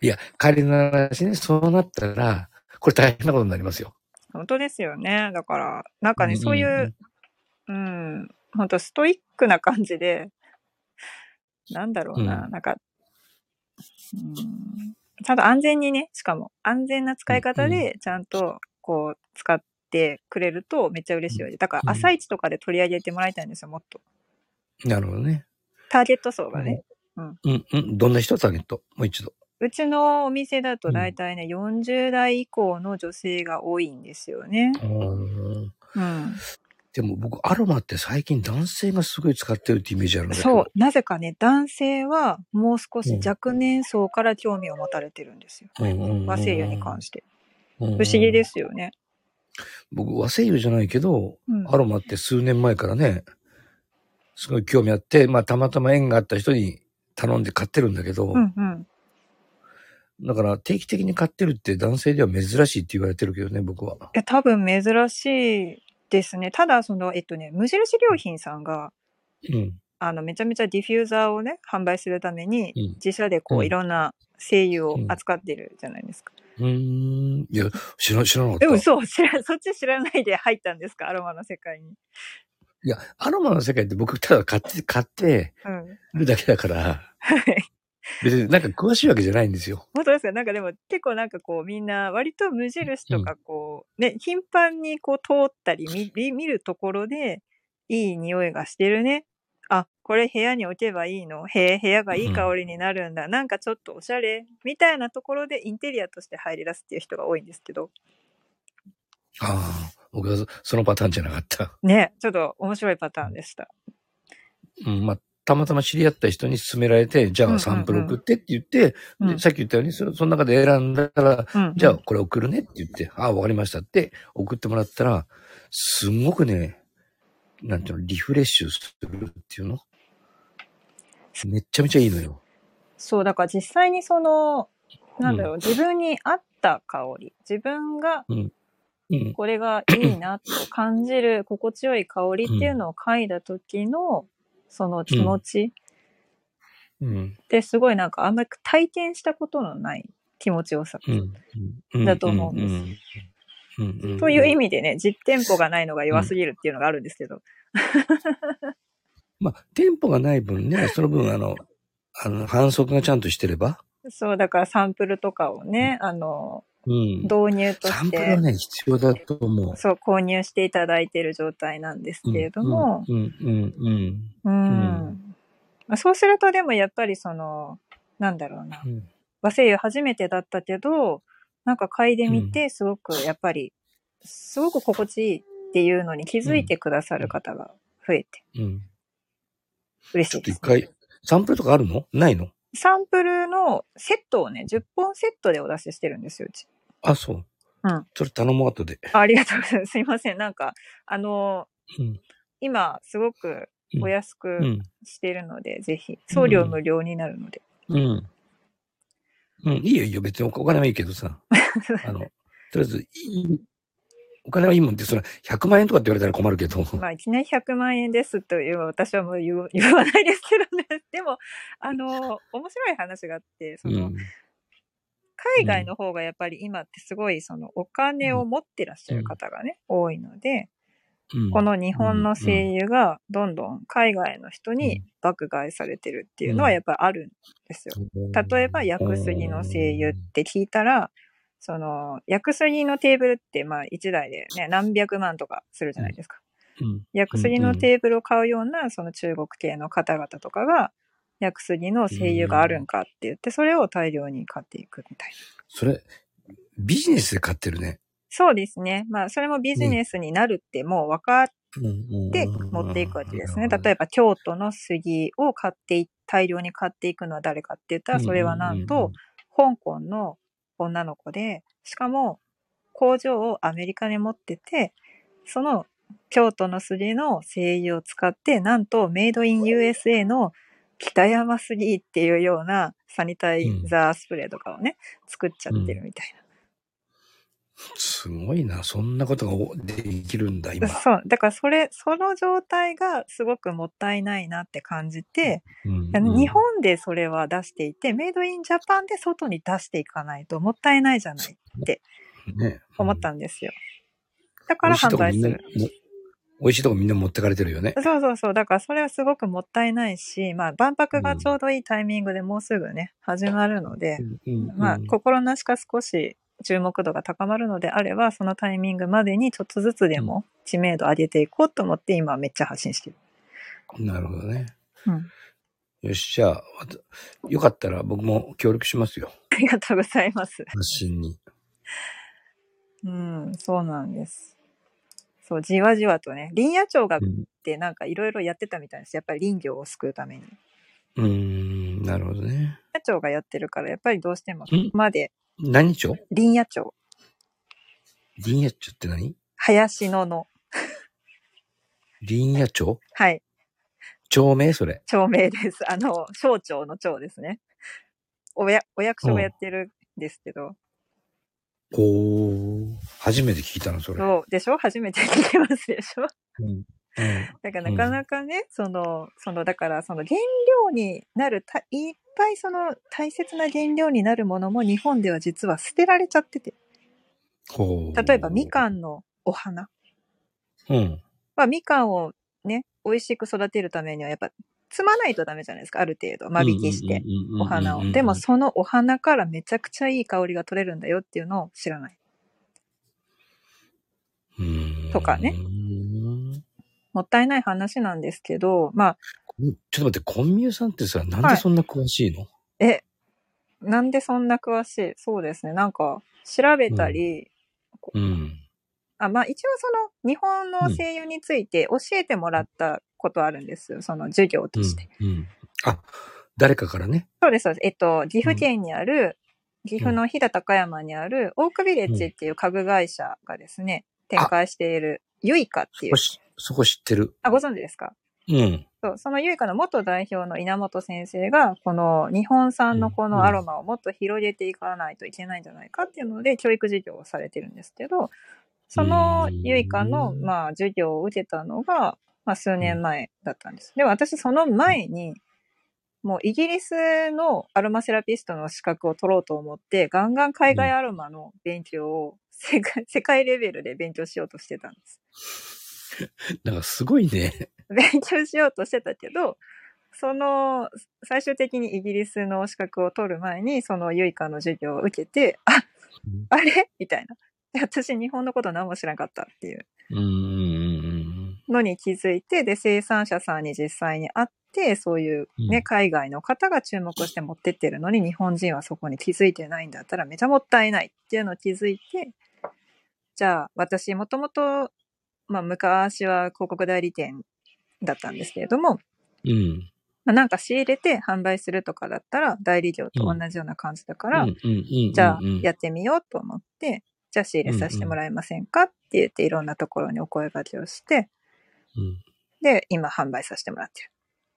Speaker 2: いや、仮の話ね、そうなったら、これ大変なことになりますよ。
Speaker 1: 本当ですよね。だから、なんかね、
Speaker 2: うん
Speaker 1: そうい
Speaker 2: うんう
Speaker 1: う、うん、本当ストイックな感じで、なんだろうな、
Speaker 2: うん
Speaker 1: なんか、うん、ちゃんと安全にね、しかも安全な使い方で、ちゃんとこう、使ってくれるとめっちゃ嬉しいよね。だから、
Speaker 2: うん
Speaker 1: 朝一とかで取り上げてもらいたいんですよ、もっと。
Speaker 2: なるほどね。
Speaker 1: ターゲット層がね。
Speaker 2: うん、うん。どんな人ターゲットもう一度。
Speaker 1: うちのお店だと大体ね、40代以降の女性が多いんですよね。
Speaker 2: うん
Speaker 1: うん。
Speaker 2: でも僕、アロマって最近男性がすごい使ってるってイメージあるんだけど。
Speaker 1: そう。。なぜかね、男性はもう少し
Speaker 2: うん
Speaker 1: 若年層から興味を持たれてるんですよ。和製油に関
Speaker 2: して。
Speaker 1: して。
Speaker 2: 不。
Speaker 1: 不思議ですすよね。
Speaker 2: 僕、和製油じゃないけど、
Speaker 1: うん
Speaker 2: ア。ロマって数年前からね、すごい興味あって、まあ、たまたま縁があった人に頼んで買ってるんだけど、
Speaker 1: うんうん。
Speaker 2: だから定期的に買ってるって男性では珍しいって言われてるけどね、僕は。
Speaker 1: いや、多分珍しいですね。ただ、その、えっとね、無印良品さんが、
Speaker 2: うん。
Speaker 1: あの、めちゃめちゃディフューザーをね、販売するために、
Speaker 2: うん
Speaker 1: 自社でこ
Speaker 2: う
Speaker 1: う、
Speaker 2: ん
Speaker 1: いろんな精油を扱ってるじゃないですか。
Speaker 2: うーん。いや、知ら、知らなかっ
Speaker 1: え、
Speaker 2: た。
Speaker 1: 嘘知ら、そっち知らないで入ったんですかアロマの世界に。
Speaker 2: いや、アロマの世界って僕、ただ買って、買って
Speaker 1: うん。
Speaker 2: るだけだから、
Speaker 1: はい。
Speaker 2: 別になんか詳しいわけじゃないんですよ。
Speaker 1: 本当ですかなんかでも結構なんかこうみんな割と無印とかこう、ね、頻繁にこう通ったり見り見るところでいい匂いがしてるね。あ、これ部屋に置けばいいのへえ、部屋がいい香りになるんだ。なんかちょっとおしゃれみたいなところでインテリアとして入り出すっていう人が多いんですけど。
Speaker 2: ああ、僕はそそのパターンじゃなかった。
Speaker 1: ね、ちょっと面白いパターンでした。
Speaker 2: うん、まあ、たまたま知り合った人に勧められて、じ
Speaker 1: うん
Speaker 2: ゃ
Speaker 1: うんう
Speaker 2: あ
Speaker 1: ん
Speaker 2: サンプル送ってって言って、
Speaker 1: うん
Speaker 2: でさっき言ったように、そその中で選んだから、
Speaker 1: うん
Speaker 2: じゃあこれ送るねって言って、ああ、わかりましたって送ってもらったら、すんごくね、なんていうの、リフレッシュするっていうのめっちゃめちゃいいのよ。
Speaker 1: そう、だから実際にその、なんだろう、自分に合った香り、自分が
Speaker 2: うん。
Speaker 1: これがいいなと感じる心地よい香りっていうのを嗅いだ時の、その気持ち
Speaker 2: うん。
Speaker 1: ってすごいなんかあんまり体験したことのない気持ちよさ。
Speaker 2: うん。うん
Speaker 1: だと思うんです
Speaker 2: んうんうん。
Speaker 1: という意
Speaker 2: 味。
Speaker 1: 味でね、実店舗がないのが弱すぎるっていうのがあるんですけど。
Speaker 2: まあ、店舗がない分ね、その分、あの、あの、反則がちゃんとしてれば。
Speaker 1: そう、だからサンプルとかをね、あの、
Speaker 2: うん。
Speaker 1: 導入と
Speaker 2: サン
Speaker 1: し
Speaker 2: プルは
Speaker 1: て、
Speaker 2: ね、必要だと思う。
Speaker 1: そう、購入していただいている状態なんですけれども、
Speaker 2: うんうんうん
Speaker 1: うん。まあそうするとでもやっぱりその、なんだろうな。
Speaker 2: うん
Speaker 1: 和製油初めてだったけど、なんか嗅いでみて、すごくやっぱり、すごく心地いいっていうのに気づいてくださる方が増えて
Speaker 2: うん。
Speaker 1: 嬉
Speaker 2: ち
Speaker 1: し
Speaker 2: ょ
Speaker 1: い
Speaker 2: っと
Speaker 1: で
Speaker 2: 一
Speaker 1: す、ね。
Speaker 2: 回、サンプルとかあるのないの
Speaker 1: サンプルのセットをね、10本セットでお出ししてるんですよ、うち。
Speaker 2: あ、そう。
Speaker 1: うん。
Speaker 2: それ頼もう後で。
Speaker 1: あありがとうございます。す いません。なんか、あの、
Speaker 2: うん。
Speaker 1: 今、すごくお安
Speaker 2: う
Speaker 1: く
Speaker 2: ん。
Speaker 1: しているので、ぜひ、送料無料になるので。
Speaker 2: うん。うん、いいよいいよ。別にお金はいいけど さ。あの、とりあえず、いいお金はいいもんって、その100万円とかって言われたら困るけど。
Speaker 1: まあ、いきなり100万円ですという私はもう言う 言わないですけどね。 でも、あの、面白い話があって、その、
Speaker 2: うん。
Speaker 1: 海外の方がやっぱり今ってすごいそのお金を持ってらっしゃる方がね、多いので、
Speaker 2: うん
Speaker 1: この日本の声優がどんどん海外の人に爆買いされてるっていうのはやっぱりあるんですよ。例えば、薬杉の声優って聞いたら、その、薬杉のテーブルってまあ1台でね、何百万とかするじゃないですか。
Speaker 2: うん。
Speaker 1: 薬杉のテーブルを買うようなその中国系の方々とかが、薬杉の声優があるんかって言って、それを大量に買っていくみたいな。
Speaker 2: それ、ビジネスで買ってるね。
Speaker 1: そうですね。まあ、それもビジネスになるってもう分かって
Speaker 2: で
Speaker 1: 持っていくわけですね。例えば、京都の杉を買ってい、大量に買っていくのは誰かって言ったら、それはなんと、、香港の女の子で、しかも工場をアメリカに持ってて、その京都の杉の精油を使って、なんとメイドイン USA の北山杉っていうようなサニタイザースプレーとかをね、作っちゃってるみたい
Speaker 2: すごいな、そんなことがおできるん だ、
Speaker 1: な。
Speaker 2: 今。
Speaker 1: そう。だからそれ、その状態がすごくもったいないなって感じて、
Speaker 2: うん
Speaker 1: 日本でそれは出していて、メイドインジャパンで外に出していかないともったいないじゃない。
Speaker 2: ね、
Speaker 1: 思った
Speaker 2: うん
Speaker 1: んですよ。だから販売する。
Speaker 2: 美味しいとこみんな持ってかれてるよね。
Speaker 1: そうそうそう。だからそれはすごくもったいないし、まあ万博がちょうどいいタイミングでもうすぐね、始まるので、まあ心なしか少し注目度が高まるのであれば、そのタイミングまでにちょっとずつでも知名度上げていこうと思って今めっちゃ発信してる。
Speaker 2: なるほどね。
Speaker 1: うん。
Speaker 2: よし、じゃあ、わたよかったら僕も協力しま すよ。
Speaker 1: ありがとうございます。
Speaker 2: 発信に。
Speaker 1: うん、そうなんです。そう、じわじわとね、林野庁がっ
Speaker 2: うん
Speaker 1: てなんかいろいろやってたみたいです。やっぱり林業を救うために。
Speaker 2: うーん、なるほどね。
Speaker 1: 林野庁がやってるから、やっぱりどうしてもそこまで
Speaker 2: 何町
Speaker 1: 林野町、
Speaker 2: 林野町って何
Speaker 1: 林野の、
Speaker 2: 林野町
Speaker 1: はい、
Speaker 2: 町名それ。
Speaker 1: 町名です。 あの、省庁の町ですね。おや、お役所がやってるんですけど、
Speaker 2: おー。初めて聞いたの、それ。
Speaker 1: そうでしょ初めて聞きますでしょ
Speaker 2: うんうん
Speaker 1: だからなかなかね、その、その、だからその原料になるた、いっぱいその大切な原料になるものも日本では実は捨てられちゃってて、
Speaker 2: ほう
Speaker 1: 例えばみかんのお花。
Speaker 2: うん。
Speaker 1: まあ、みかんをね、美味しく育てるためにはやっぱ、摘まないとダメじゃないですか、ある程度。間引きして。
Speaker 2: うんうんうんうんうんうん、
Speaker 1: お花を。でもそのお花からめちゃくちゃいい香りが取れるんだよっていうのを知らない。とかね
Speaker 2: うーん
Speaker 1: もったいない話なんですけど、まあ、
Speaker 2: ちょっと待って、コンミューさんってさ、なん
Speaker 1: は
Speaker 2: で
Speaker 1: い
Speaker 2: そんな詳しいの、
Speaker 1: え、なんでそんな詳しいそうですね。なんか、調べたり、
Speaker 2: うん。
Speaker 1: あ、まあ一応その日本の声優について教えてもらったことあるんですよ。その授業
Speaker 2: う
Speaker 1: と
Speaker 2: ん
Speaker 1: して。。
Speaker 2: うん。あ、誰かからね。
Speaker 1: そうです、そうです。えっと、岐阜県にある、岐阜の飛騨高山にある、オークビレッジっていう家具会社がですね、展開している、ユイカって
Speaker 2: そ
Speaker 1: いう
Speaker 2: こ。しそこ知ってる。
Speaker 1: あ、ご存知ですか
Speaker 2: うん。
Speaker 1: そう、そのユイカの元代表の稲本先生が、この日本産のこのアロマをもっと広げていかないといけないんじゃないかっていうので、教育授業をされてるんですけど、そのユイカの
Speaker 2: う、ん
Speaker 1: まあ、授業を受けたのが、まあ、数年前だったんです。でも私、その前に、もうイギリスのアロマセラピストの資格を取ろうと思って、ガンガン海外アロマの勉強を世界世界レベルで勉強しようとしてたんです。
Speaker 2: なんかすごいね。
Speaker 1: 勉強しようとしてたけど、その、最終的にイギリスの資格を取る前に、そのユイカの授業を受けて、あ、あれみたいな。私日本のこと何も知らなかったっていう
Speaker 2: うんうんうん
Speaker 1: のに気づいて、で、生産者さんに実際に会って、そういうね、
Speaker 2: うん
Speaker 1: 海外の方が注目して持ってってるのに、日本人はそこに気づいてないんだったらめちゃもったいないっていうのを気づいて、じゃあ私もともと、まあ昔は広告代理店だったんですけれども、
Speaker 2: うん。うん。
Speaker 1: まあなんか仕入れて販売するとかだったら代理業と同じような感じだから、
Speaker 2: うんうんうんうん
Speaker 1: じゃあやってみようと思って、じゃあ仕入れさせてもらえませんかって言っていろんなところにお声掛けをして、
Speaker 2: うん
Speaker 1: で、今販売させてもらってる。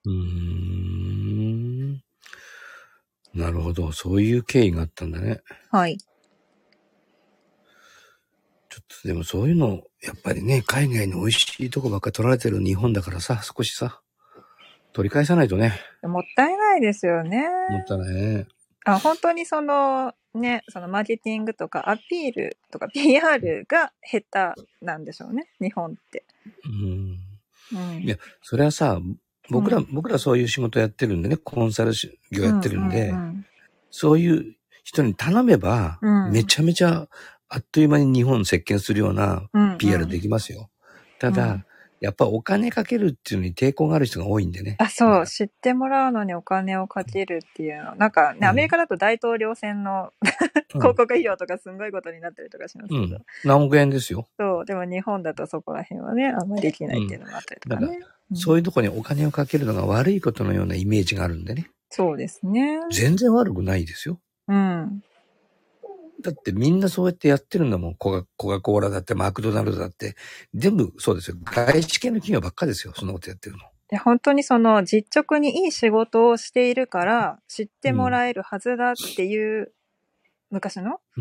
Speaker 2: うーん。なるほど。そういう経緯があったんだね。
Speaker 1: はい。
Speaker 2: ちょっとでもそういうの、やっぱりね、海外の美味しいとこばっかり取られてる日本だからさ、少しさ、取り返さないとね、
Speaker 1: もったいないですよね。
Speaker 2: もったいないね。
Speaker 1: あ本当にそのね、そのマーケティングとかアピールとか PR が下手なんでしょうね、日本って。
Speaker 2: うん。
Speaker 1: うん
Speaker 2: いやそれはさ、僕ら、僕らそういう仕事やってるんでね、コンサル業やってるんで、
Speaker 1: ううん
Speaker 2: そういう人に頼めば、
Speaker 1: うん
Speaker 2: めちゃめちゃあっという間に日本を席巻するような
Speaker 1: うんうん
Speaker 2: PR できますよ。ただ、
Speaker 1: うん
Speaker 2: やっぱお金かけるっていうのに抵抗がある人が多いんでね。
Speaker 1: あ、そうう、
Speaker 2: ん
Speaker 1: 知ってもらうのにお金をかけるっていうの。なんか
Speaker 2: うん
Speaker 1: ね、アメリカだと大統領選の
Speaker 2: うん
Speaker 1: 広告費用とかすんごいことになったりとかしますけ
Speaker 2: う
Speaker 1: ど。
Speaker 2: ん。何億円ですよ。
Speaker 1: そう、でも日本だとそこら辺はね、あんまりできないっていうのもあったりとか
Speaker 2: うん
Speaker 1: ね。うん
Speaker 2: そういうとこにお金をかけるのが悪いことのようなイメージがあるんでね。
Speaker 1: そうですね。
Speaker 2: 全然悪くないですよ。
Speaker 1: うん。
Speaker 2: だってみんなそうやってやってるんだもん。コカ・コカコーラだって、マクドナルドだって。全部そうですよ。外資系の企業ばっかですよ。そんなことやってるの。
Speaker 1: で本当にその実直にいい仕事をしているから知ってもらえるはずだっていう昔の、
Speaker 2: う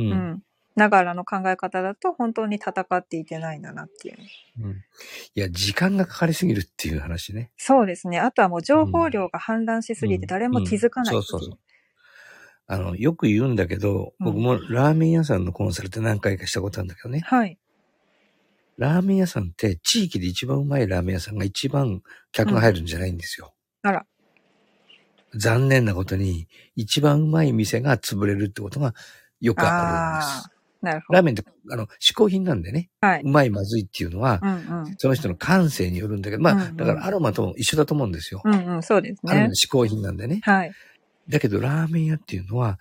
Speaker 2: ん。
Speaker 1: うん、ながらの考え方だと本当に戦っていけないんだなっていう。
Speaker 2: うん。いや、時間がかかりすぎるっていう話ね。
Speaker 1: そうですね。あとはもう情報量が氾濫しすぎて誰も気づかない、
Speaker 2: うんうんそうそうそうあの、よく言うんだけど、僕もラーメン屋さんのコンサルって何回かしたことあるんだけどね。
Speaker 1: はい。
Speaker 2: ラーメン屋さんって地域で一番うまいラーメン屋さんが一番客が入るんじゃないんですよ。
Speaker 1: うんあら。
Speaker 2: 残念なことに、一番うまい店が潰れるってことがよくあるん
Speaker 1: あ
Speaker 2: です。
Speaker 1: あ、なるほ
Speaker 2: ラー
Speaker 1: ど。
Speaker 2: メンって、あの、嗜好品なんでね、
Speaker 1: は
Speaker 2: う
Speaker 1: い。
Speaker 2: まいまずいっていうのは、
Speaker 1: うんうん。
Speaker 2: その人の感性によるんだけど、まあ、
Speaker 1: うんうん
Speaker 2: だからアロマと一緒だと思うんですよ。
Speaker 1: うんうん、そうです
Speaker 2: アロマ
Speaker 1: ね
Speaker 2: の。嗜好品なんでね。
Speaker 1: はい。
Speaker 2: だけど、ラーメン屋っていうのは、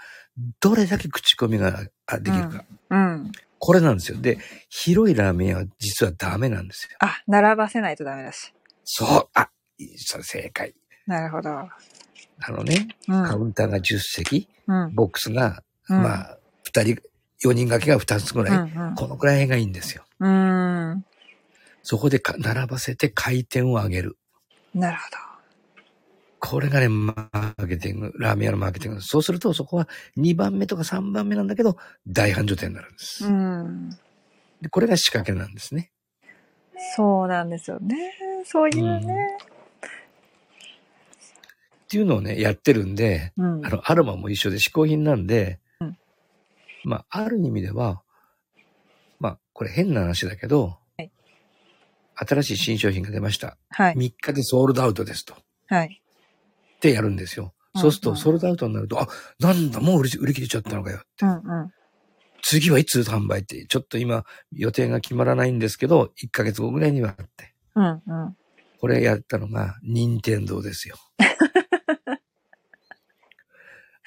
Speaker 2: どれだけ口コミがあできるか。
Speaker 1: うん。
Speaker 2: これなんですよ。で、広いラーメン屋は実はダメなんですよ。
Speaker 1: あ、並ばせないとダメだし。
Speaker 2: そう、あ、それ正解。
Speaker 1: なるほど。
Speaker 2: あのね、
Speaker 1: う
Speaker 2: カ
Speaker 1: ん。
Speaker 2: ウンターが10席、
Speaker 1: うん。
Speaker 2: ボックスが、
Speaker 1: うん
Speaker 2: まあ、2人、4人掛けが2つぐらい、
Speaker 1: うん
Speaker 2: このぐらいがいいんですよ。
Speaker 1: うん。う
Speaker 2: そこでか並ばせて回転を上げる。
Speaker 1: ーん。なるほ
Speaker 2: これがね、マーケティング、ラーメン屋のマーケティング。そうすると、そこは2番目とか3番目なんだけど、大繁盛店になるんです。
Speaker 1: ど。うん。
Speaker 2: でこれが仕掛けなんですね。
Speaker 1: そうなんですよね。そういうね。
Speaker 2: っていうのをね、やってるんで、
Speaker 1: うん
Speaker 2: あ。の、アロマも一緒で嗜好品なんで、
Speaker 1: うん
Speaker 2: まあ、ある意味では、まあ、これ変な話だけど、
Speaker 1: はい
Speaker 2: 新しい新商品が出ました。
Speaker 1: はい。
Speaker 2: 3日でソールドアウトですと。っ
Speaker 1: はい。
Speaker 2: てやるんですよ。
Speaker 1: うん
Speaker 2: そうすると、
Speaker 1: うん
Speaker 2: ソールドアウトになると、あ、なんだ、もう売り売り切れちゃったのかよって。
Speaker 1: うんうん。
Speaker 2: 次はいつ販売って、ちょっと今、予定が決まらないんですけど、1ヶ月後ぐらいにはって。
Speaker 1: うんうん。
Speaker 2: これやったのが、任天堂ですよ。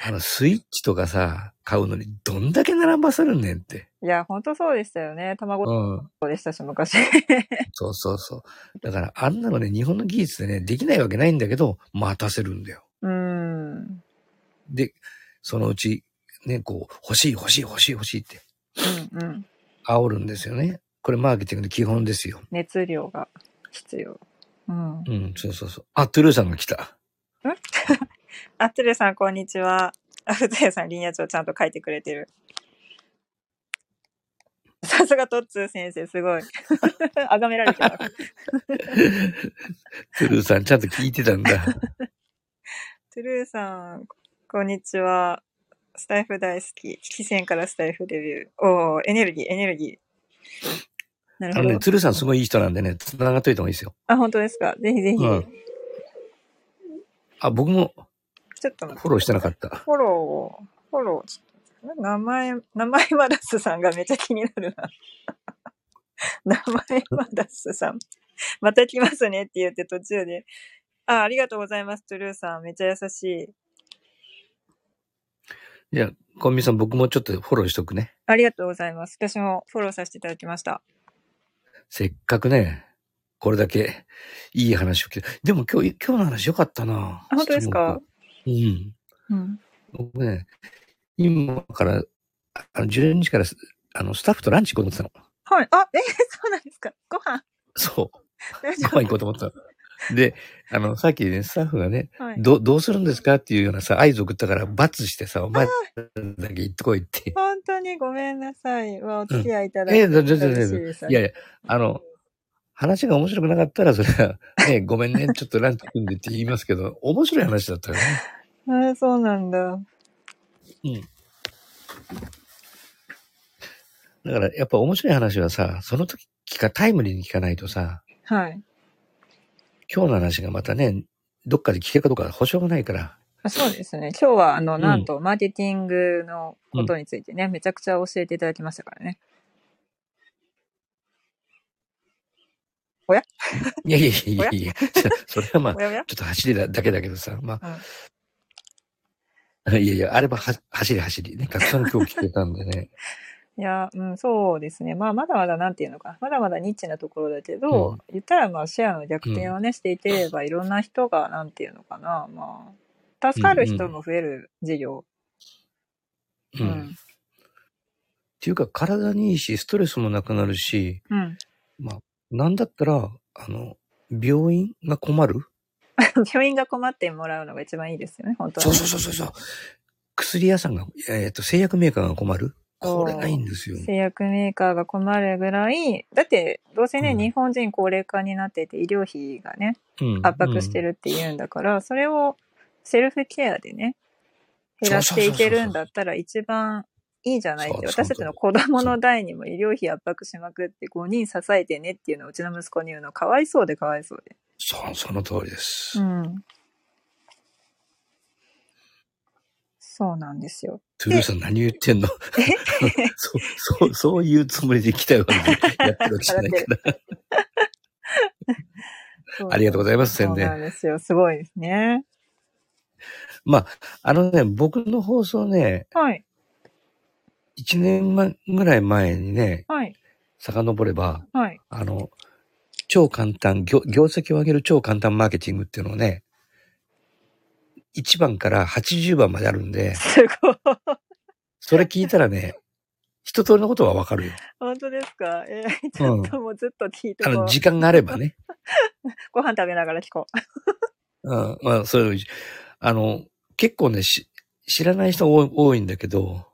Speaker 2: あの、スイッチとかさ、買うのにどんだけ並ばせるねんって。
Speaker 1: いや、ほんとそうでしたよね。
Speaker 2: う
Speaker 1: 卵
Speaker 2: ん。
Speaker 1: でしたし、昔。
Speaker 2: そうそうそう。だから、あんなのね、日本の技術でね、できないわけないんだけど、待たせるんだよ。
Speaker 1: うん。
Speaker 2: で、そのうち、ね、こう、欲しい欲しい欲しい欲しいって、
Speaker 1: うんうん。
Speaker 2: 煽るんですよね。これマーケティングの基本ですよ。
Speaker 1: 熱量が必要。うん。
Speaker 2: うん、そうそうそう。あ、トゥルーさんが来た。
Speaker 1: あつるさん、こんにちは。あつるさん、リニア帳ちゃんと書いてくれてる。さすがトッツー先生、すごい。 あがめられてた。
Speaker 2: トゥルーさん、ちゃんと聞いてたんだ。
Speaker 1: トゥルーさん、こんにちは。スタイフ大好き。非線からスタイフデビュー。おー、エネルギー、エネルギー。な
Speaker 2: あ
Speaker 1: る
Speaker 2: の
Speaker 1: ほ
Speaker 2: ね、
Speaker 1: ど。
Speaker 2: トゥルーさんすごいいい人なんでね、繋がっといた方がいいですよ。
Speaker 1: あ、本当ですか。ぜひぜひ。
Speaker 2: うんあ、僕も
Speaker 1: ちょっと待って
Speaker 2: フォローしてなかった。
Speaker 1: フォローを、フォロー、ちょっと、名前、名前マダスさんがめっちゃ気になるな。名前マダスさん。また来ますねって言って途中で。あ、ありがとうございます、トゥルーさん。めっちゃ優しい。
Speaker 2: いや、コンビニさん僕もちょっとフォローしとくね。
Speaker 1: ありがとうございます。私もフォローさせていただきました。
Speaker 2: せっかくね、これだけいい話を聞いて。でも今日、今日の話良かったな
Speaker 1: あ本当ですか
Speaker 2: すごくうん。
Speaker 1: うん。
Speaker 2: 僕ね、今から、あの、12日からす、あの、スタッフとランチ行こうと思ってたの。
Speaker 1: はい。あ、え、そうなんですか。ご飯
Speaker 2: そう。
Speaker 1: 大丈
Speaker 2: ご飯行こうと思って たの。で、あの、さっきね、スタッフがね、
Speaker 1: 夫はい。
Speaker 2: ど、どうするんですかっていうようなさ、合図送ったから、罰してさ、お前だけ行ってこいって。
Speaker 1: 本当にごめんなさい。はお付き合いいただ
Speaker 2: ええ、
Speaker 1: いて。
Speaker 2: 全然
Speaker 1: 嬉
Speaker 2: 全
Speaker 1: しい
Speaker 2: 然。
Speaker 1: です。
Speaker 2: いやいや、あの、話が面白くなかったら、それ は、ね、ごめんね、ちょっとランチ組んでって言いますけど、面白い話だったよね。
Speaker 1: あそうなんだ。
Speaker 2: だから、やっぱ面白い話はさ、その時聞か、タイムリーに聞かないとさ、
Speaker 1: はい。
Speaker 2: 今日の話がまたね、どっかで聞けるかどうか保証がないから、
Speaker 1: あそうですね。今日は、あの、
Speaker 2: ん
Speaker 1: なんと、マーケティングのことについてね、めちゃくちゃ教えていただきましたからね。おや
Speaker 2: いやいやいやいやいや、 それはまあ
Speaker 1: お、やおや
Speaker 2: ちょっと走りだだけだけどさ、まあ、 いやいや、あればは走り走りね、たくさん今日聞けたんでね。
Speaker 1: いや、うん、そうですね。まあ、まだまだなんていうのか、まだまだニッチなところだけど、
Speaker 2: うん
Speaker 1: 言ったらまあ、シェアの逆転をね、していければ、いろんな人がなんていうのかな、まあ、助かる人も増える事業。
Speaker 2: うん。っていうか、体にいいし、ストレスもなくなるし、
Speaker 1: うん。うん。
Speaker 2: なんだったら、あの、病院が困る
Speaker 1: 病院が困ってもらうのが一番いいですよね、本当は
Speaker 2: そ
Speaker 1: ね
Speaker 2: うそうそうそうそう。薬屋さんが、えっ、と、製薬メーカーが困るこれがいいんですよ。
Speaker 1: 製薬メーカーが困るぐらい、だって、どうせね、
Speaker 2: うん
Speaker 1: 日本人高齢化になってて、医療費がね、
Speaker 2: うん
Speaker 1: 圧迫してるっていうんだから、それをセルフケアでね、減らしていけるんだったら一番いいじゃないって、
Speaker 2: そうそう
Speaker 1: 私
Speaker 2: そう
Speaker 1: たちの子供の代にも医療費圧迫しまくって5人支えてねっていうのをうちの息子に言うのかわいそうでかわいそうで。
Speaker 2: そう、その通りです。
Speaker 1: うん。そうなんですよ。
Speaker 2: トゥルーさん何言ってんの そう、そう、そういうつもりで来たよ。やってるわけじゃないから。ありがとうございます宣伝
Speaker 1: そうなんですよ。すごいですね。
Speaker 2: あのね、僕の放送ね、
Speaker 1: はい。
Speaker 2: 1年前ぐらい前にね、
Speaker 1: はい。
Speaker 2: 遡れば、
Speaker 1: はい。
Speaker 2: あの、超簡単、業業績を上げる超簡単マーケティングっていうのをね、1番から80番まであるんで、
Speaker 1: すごい。
Speaker 2: それ聞いたらね、一通りのことはわかるよ。
Speaker 1: 本当ですかえーち
Speaker 2: う
Speaker 1: ょ
Speaker 2: ん
Speaker 1: っともうずっと聞いて
Speaker 2: あ
Speaker 1: こう
Speaker 2: の、時間があればね。
Speaker 1: ご飯食べながら聞こう。
Speaker 2: うん、まあ、それよりあの、結構ね、し知らない人多い多いんだけど、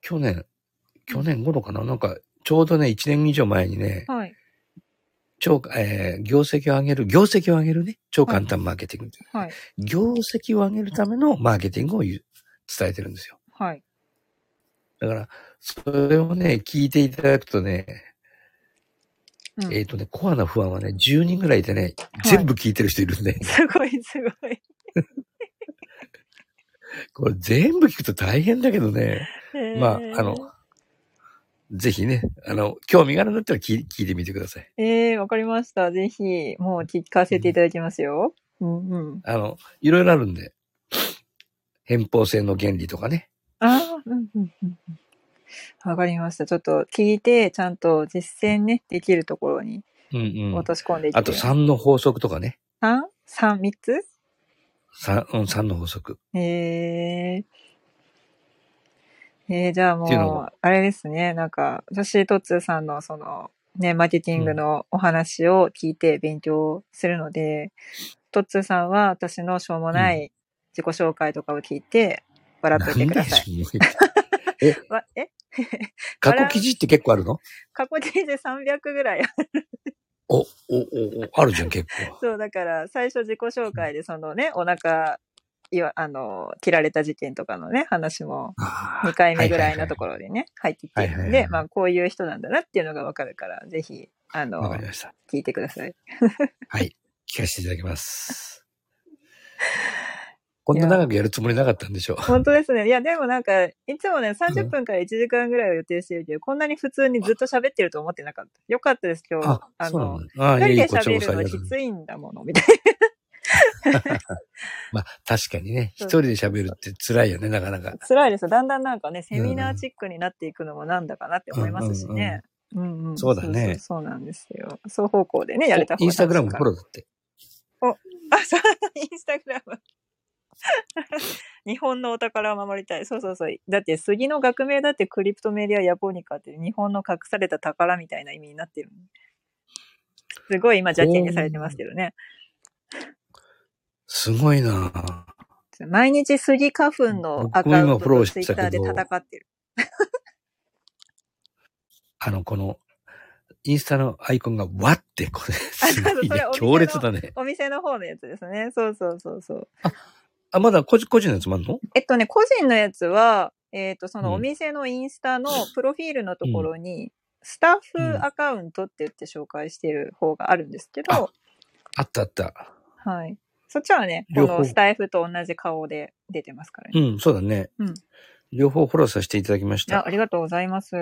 Speaker 2: 去年、去年頃かななんか、ちょうどね、1年以上前にね、
Speaker 1: はい。
Speaker 2: 超、えー業績を上げる、業績を上げるね、超簡単マーケティングって、
Speaker 1: はい。
Speaker 2: 業績を上げるためのマーケティングを言う伝えてるんですよ。
Speaker 1: はい。
Speaker 2: だから、それをね、聞いていただくとね、
Speaker 1: うん
Speaker 2: えっ、とね、コアな不安はね、10人ぐらいいてね、全部聞いてる人いるんで、
Speaker 1: すごい、すごい。
Speaker 2: これ全部聞くと大変だけどね。
Speaker 1: へー
Speaker 2: まあ、あの、ぜひね、あの、興味があるんだったら聞い聞いてみてください。
Speaker 1: ええわかりました。ぜひ、もう聞かせていただきますよ。うんうん。
Speaker 2: あの、いろいろあるんで。偏方性の原理とかね。
Speaker 1: ああ、うんうんうんうん。わかりました。ちょっと聞いて、ちゃんと実践ね、できるところに
Speaker 2: うんうん
Speaker 1: 落。とし込んでいき
Speaker 2: あと3の法則とかね。
Speaker 1: 三三三つ
Speaker 2: 3、うん、三の法則。
Speaker 1: ええええじゃあも
Speaker 2: っていうのも
Speaker 1: う、あれですね。なんか、女子トッツーさんのその、ね、マーケティングのお話を聞いて勉強するので、トッツーさんは私のしょうもない自己紹介とかを聞いて、笑っといてください。
Speaker 2: なんでしょうね
Speaker 1: わえ
Speaker 2: 過去記事って結構あるの
Speaker 1: 過去人で300ぐらい。
Speaker 2: お、お、お、お、あるじゃん、結構。
Speaker 1: そう、だから、最初自己紹介でそのね、お腹、いわ、あの、切られた事件とかのね、話も
Speaker 2: あー
Speaker 1: 2回目ぐらいのところでね、入ってきて
Speaker 2: はいはい
Speaker 1: る
Speaker 2: は
Speaker 1: ん
Speaker 2: いはい
Speaker 1: で、まあ、こういう人なんだなっていうのがわかるから、ぜひ、あの
Speaker 2: わ、かりました。
Speaker 1: 聞いてください。
Speaker 2: はい。聞かせていただ きます。こんな長くやるつもりなかったんでしょう。
Speaker 1: 本当ですね。いや、でもなんか、いつもね、30分から1時間ぐらいを予定してるけど、こんなに普通にずっと喋ってると思ってなかった。よかったです、今日。
Speaker 2: あ、そうな
Speaker 1: の
Speaker 2: ん、だ。ああ
Speaker 1: 一
Speaker 2: ー、い
Speaker 1: 人
Speaker 2: えいえ、
Speaker 1: で
Speaker 2: こちらこ
Speaker 1: 喋
Speaker 2: そ
Speaker 1: るの
Speaker 2: ありがとうござい
Speaker 1: き
Speaker 2: ます。
Speaker 1: ついんだもの、みたい
Speaker 2: まあ確かにね、一
Speaker 1: そう
Speaker 2: 人で喋るって辛いよね、なかなか
Speaker 1: な。。辛いです。だんだんなんかね、セミナーチックになっていくのもなんだかなって思いますしね。うんうん。
Speaker 2: そうだね
Speaker 1: そうそうそうなんですよ。双方向でね、やれた方が
Speaker 2: インスタグラム
Speaker 1: 楽しいから
Speaker 2: フォローだって。
Speaker 1: あ、そう、インスタグラム。日本のお宝を守りたい。そうそうそう。だって、杉の学名だってクリプトメディア・ヤポニカって日本の隠された宝みたいな意味になってる。すごい今、邪険にされてますけどね。
Speaker 2: すごいなぁ
Speaker 1: 毎日杉花粉のアカウントとツイッターで戦ってる。
Speaker 2: あの、この、インスタのアイコンがわって、これ、すごい
Speaker 1: そ
Speaker 2: ね
Speaker 1: れお。店の
Speaker 2: 強烈だね。
Speaker 1: お店の方のやつですね。そうそうそうそう。
Speaker 2: あ、まだ個人個人のやつもあんの
Speaker 1: えっとね、個人のやつは、えっ、と、そ
Speaker 2: うん
Speaker 1: のお店のインスタのプロフィールのところに、スタッフアカウントって言って紹介してる方があるんですけど、
Speaker 2: あったあった。
Speaker 1: はい。そっちはね、こ
Speaker 2: 両方
Speaker 1: のスタイフと同じ顔で出てますから
Speaker 2: う
Speaker 1: ね。
Speaker 2: ん、そうだね。
Speaker 1: うん
Speaker 2: 両方フォローさせていただきまし
Speaker 1: あ
Speaker 2: た
Speaker 1: あ。りがとうございます。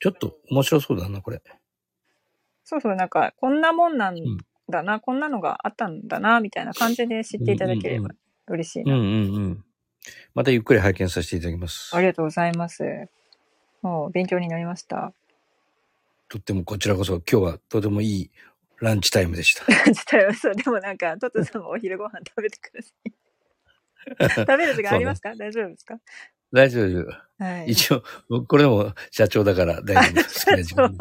Speaker 2: ちょっと面白そうだな、これ。
Speaker 1: そうそう、なんか、こんなもんなん
Speaker 2: ん
Speaker 1: だな、こんなのがあったんだな、みたいな感じで知っていただければ嬉しいな。
Speaker 2: うんうんうん。またゆっくり拝見させていただきます
Speaker 1: あ。りがとうございます。もう勉強になりました。
Speaker 2: とってもこちらこそ今日はとてもいいランチタイムでした。
Speaker 1: 感じたよ。そう、 でもなんか、トトさんもお昼ご飯食べてください。 食べる時間ありますか、大丈夫ですか
Speaker 2: 大丈夫大丈夫。
Speaker 1: はい。
Speaker 2: 一応、僕これでも社長だから大丈 夫です。好きな時間に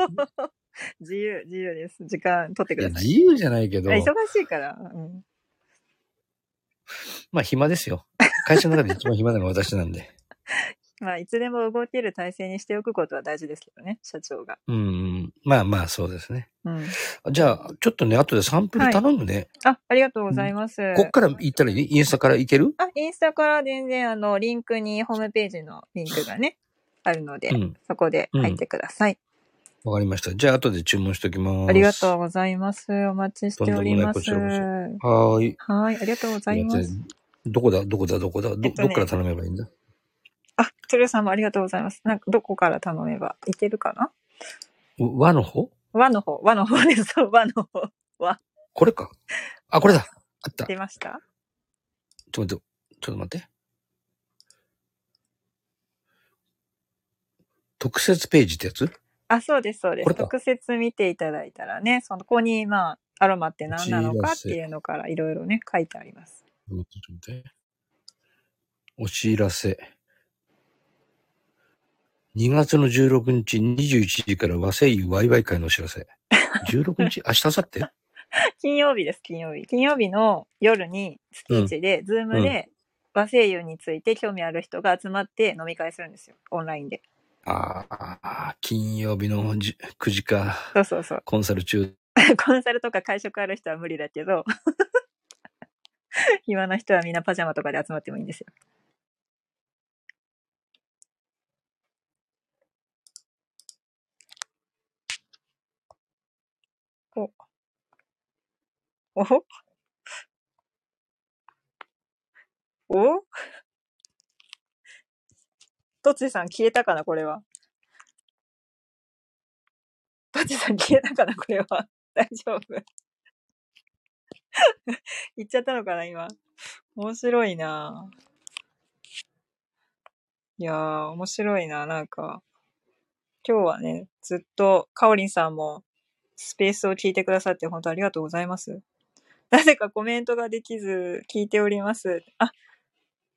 Speaker 1: 自由、自由です。時間取って
Speaker 2: い
Speaker 1: く
Speaker 2: や
Speaker 1: ださ
Speaker 2: 自
Speaker 1: い。
Speaker 2: 由じゃないけ
Speaker 1: あ
Speaker 2: ど、
Speaker 1: 忙しいから。うん。
Speaker 2: まあ暇ですよ。会社の中で一番暇なのは私なんで。
Speaker 1: まあ、いつでも動ける体制にしておくことは大事ですけどね、社長が。
Speaker 2: うんうん。まあまあそうですね。
Speaker 1: うん。
Speaker 2: じゃあ、ちょっとね、後でサンプル頼むね。
Speaker 1: あ、ありがとうございます。
Speaker 2: こっから行ったらいいインスタから行ける
Speaker 1: あ、インスタから全然、あの、リンクに、ホームページのリンクがね、あるので、
Speaker 2: うん。
Speaker 1: そこで入ってください。
Speaker 2: わかりました。じゃあ後で注文しておきます。
Speaker 1: ありがとうございます。お待ちしております。
Speaker 2: とんでもないこち
Speaker 1: は
Speaker 2: う。はーい。
Speaker 1: い、ありがとうございます。
Speaker 2: どこだどこだどこだど,、
Speaker 1: えっと
Speaker 2: ど
Speaker 1: ね
Speaker 2: っから頼めばいいんだ
Speaker 1: あ、トゥルーさんもありがとうございます。なんか、どこから頼めばいけるかな
Speaker 2: う和の方
Speaker 1: 和の方、和の方です。そう和の方。
Speaker 2: これか。あ、これだ。あった。ち
Speaker 1: 出ました
Speaker 2: ょっと待って。ちょっと待って。特設ページってやつ
Speaker 1: あ、そうです、そうで
Speaker 2: こ
Speaker 1: す。
Speaker 2: れか
Speaker 1: 特設見ていただいたらね、そのここに、まあ、アロマって何なのかっていうのからいろいろね、書いてあります。
Speaker 2: ちょっと待って。お知らせ。2月の16日21時から和製油ワイワイ会のお知らせ。16日明日、明後日
Speaker 1: 金曜日です、金曜日。金曜日の夜に、月一で、ズームで、和製油について興味ある人が集まって飲み会するんですよ。オンラインで。
Speaker 2: ああ、金曜日のじ9時か。
Speaker 1: そうそうそう。
Speaker 2: コンサル中。
Speaker 1: コンサルとか会食ある人は無理だけど、 暇な人はみんなパジャマとかで集まってもいいんですよ。お。おほおとついさん消えたかなこれは。とついさん消えたかなこれは。大丈夫。 言っちゃったのかな、今。面白いなぁいやー、面白いななんか。今日はね、ずっと、かおりんさんも、スペースを聞いてくださって、本当ありがとうございます。 なぜかコメントができず、聞いております。あ、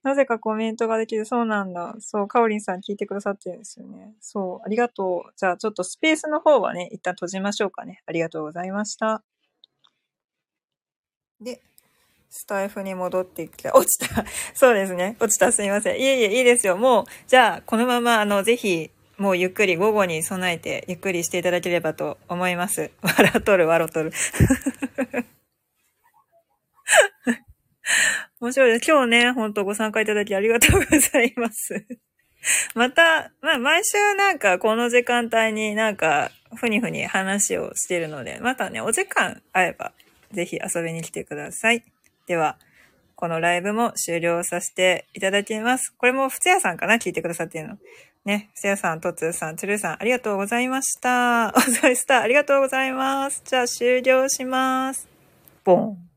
Speaker 1: なぜかコメントができず、そうなんだ。そう、かおりんさん聞いてくださってるんですよね。そう、ありがとう。じゃあ、ちょっとスペースの方はね、一旦閉じましょうかね。ありがとうございました。で、スタイフに戻ってきた。落ちた。 そうですね。落ちた。すみません。いえいえ、いいですよ。もう、じゃあ、このまま、あの、ぜひ、もうゆっくり午後に備えて、ゆっくりしていただければと思います。笑っとる、笑っとる。面白いです。今日ね、本当ご参加いただきありがとうございます。 また、まあ、毎週なんかこの時間帯になんか、ふにふに話をしてるので、またね、お時間合えば、ぜひ遊びに来てください。では、このライブも終了させていただきます。これも、ふつやさんかな聞いてくださっているの。ね、ふつやさん、とつーさん、つるーさん、ありがとうございま した。お疲れスター、ありがとうございます。じゃあ、終了します。ボン。